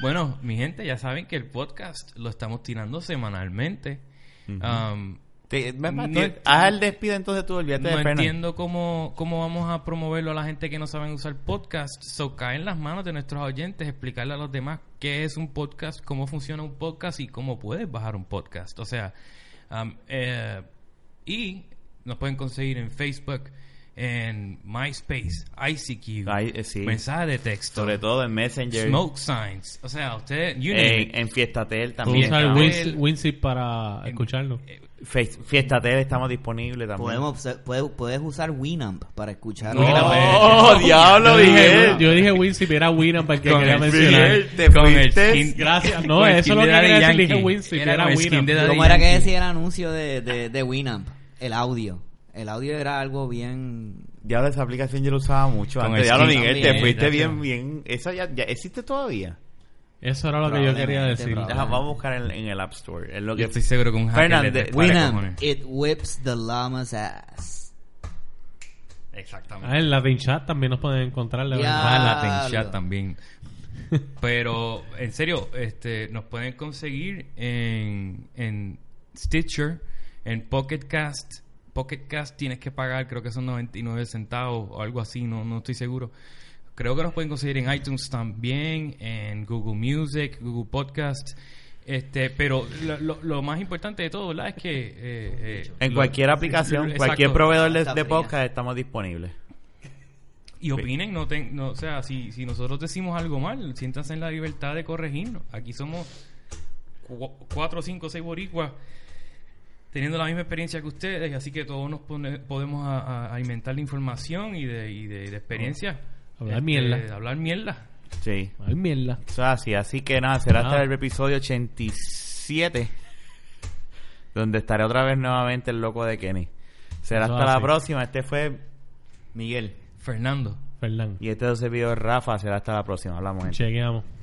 Speaker 3: Bueno, mi gente, ya saben que el podcast lo estamos tirando semanalmente. Um,
Speaker 2: Te- me-
Speaker 3: No
Speaker 2: ti-
Speaker 3: ent-
Speaker 2: haz el despido entonces tú, olvídate de
Speaker 3: no
Speaker 2: Fernan.
Speaker 3: entiendo cómo, cómo vamos a promoverlo a la gente que no saben usar podcast. So, cae en las manos de nuestros oyentes explicarle a los demás qué es un podcast, cómo funciona un podcast y cómo puedes bajar un podcast. O sea, um, eh, y nos pueden conseguir en Facebook, en MySpace, ICQ,
Speaker 2: Ay, eh, sí.
Speaker 3: mensaje de texto,
Speaker 2: Sobre todo en Messenger.
Speaker 3: smoke signs. O sea, usted, you name it.
Speaker 2: eh, En, en Fiestatel
Speaker 1: Usa
Speaker 2: también.
Speaker 3: Fiesta-
Speaker 1: el
Speaker 2: cabrón.
Speaker 3: Win-
Speaker 1: Winzip- Winzip para escucharlo.
Speaker 3: Eh,
Speaker 2: Fe- Fiesta TV estamos disponibles también.
Speaker 4: Podemos, se- puede- puedes usar Winamp para escuchar.
Speaker 3: No,
Speaker 4: Winamp.
Speaker 2: ¡Oh, diablo,
Speaker 1: Yo dije,
Speaker 2: Miguel!
Speaker 1: yo dije Wincy, pero era Winamp el que
Speaker 3: Con
Speaker 1: quería
Speaker 3: el
Speaker 1: mencionar.
Speaker 2: Te fuiste.
Speaker 1: Gracias. No,
Speaker 3: Con el
Speaker 1: eso es
Speaker 3: skin
Speaker 1: lo que
Speaker 3: de
Speaker 1: quería
Speaker 3: Daddy
Speaker 1: decir. Dije
Speaker 3: Yankee.
Speaker 1: Wincy,
Speaker 3: Era
Speaker 1: pero era
Speaker 3: con el skin
Speaker 1: Winamp.
Speaker 3: de Daddy
Speaker 4: ¿Cómo era que
Speaker 3: Yankee.
Speaker 4: decía el anuncio de, de, de Winamp? El audio. El audio era algo bien...
Speaker 2: Diablo, esa aplicación yo la usaba mucho
Speaker 3: Con
Speaker 2: antes.
Speaker 3: el
Speaker 2: Diablo,
Speaker 3: skin
Speaker 2: Miguel,
Speaker 3: también,
Speaker 2: te fuiste
Speaker 3: gracias.
Speaker 2: bien, bien. ¿Esa ya, ya existe todavía?
Speaker 1: Eso era lo que yo quería
Speaker 4: Probablemente,
Speaker 1: decir.
Speaker 4: probablemente.
Speaker 2: Deja, vamos a buscar en, en el App Store. Es lo
Speaker 3: Yo
Speaker 2: que...
Speaker 3: estoy seguro que un hacker
Speaker 2: Fernan,
Speaker 3: le
Speaker 2: de-
Speaker 3: dispara,
Speaker 4: Winamp,
Speaker 3: cojones.
Speaker 4: it whips the llama's ass.
Speaker 3: Exactamente.
Speaker 1: Ah, en Latin Chat también nos pueden encontrar. La
Speaker 4: Ya.
Speaker 1: verdad.
Speaker 3: Ah, la
Speaker 4: Diablo.
Speaker 3: Tenchat también. Pero, en serio, este, nos pueden conseguir en, en Stitcher, en Pocket Cast. Pocket Cast tienes que pagar, creo que son 99 centavos o algo así, no, no estoy seguro. Creo que nos pueden conseguir en iTunes también, en Google Music, Google Podcast. Este, pero lo, lo- lo más importante de todo, ¿verdad? Es que... eh, eh,
Speaker 2: En
Speaker 3: lo-
Speaker 2: cualquier aplicación,
Speaker 3: Exacto.
Speaker 2: cualquier proveedor de,
Speaker 4: Está
Speaker 2: de
Speaker 4: fría.
Speaker 2: podcast estamos disponibles.
Speaker 3: Y opinen, no, ten- no o sea, si, si nosotros decimos algo mal, siéntanse en la libertad de corregirnos. Aquí somos cu- cuatro, cinco, seis boricuas teniendo la misma experiencia que ustedes, así que todos nos pone- podemos a- a- alimentar de información y de, y de, de experiencia.
Speaker 1: Hablar mierda.
Speaker 3: de hablar mierda.
Speaker 2: Sí.
Speaker 1: Ay, mierda.
Speaker 2: Eso es así. Así que nada, será hasta
Speaker 1: Nada.
Speaker 2: el episodio 87, donde estaré otra vez nuevamente el loco de Kenny. Será
Speaker 1: Eso es
Speaker 2: hasta la
Speaker 1: así.
Speaker 2: próxima. Este fue Miguel.
Speaker 3: Fernando.
Speaker 1: Fernán.
Speaker 2: Y este servidor Rafa. Será hasta la próxima. Hablamos, gente.
Speaker 1: Chequeamos.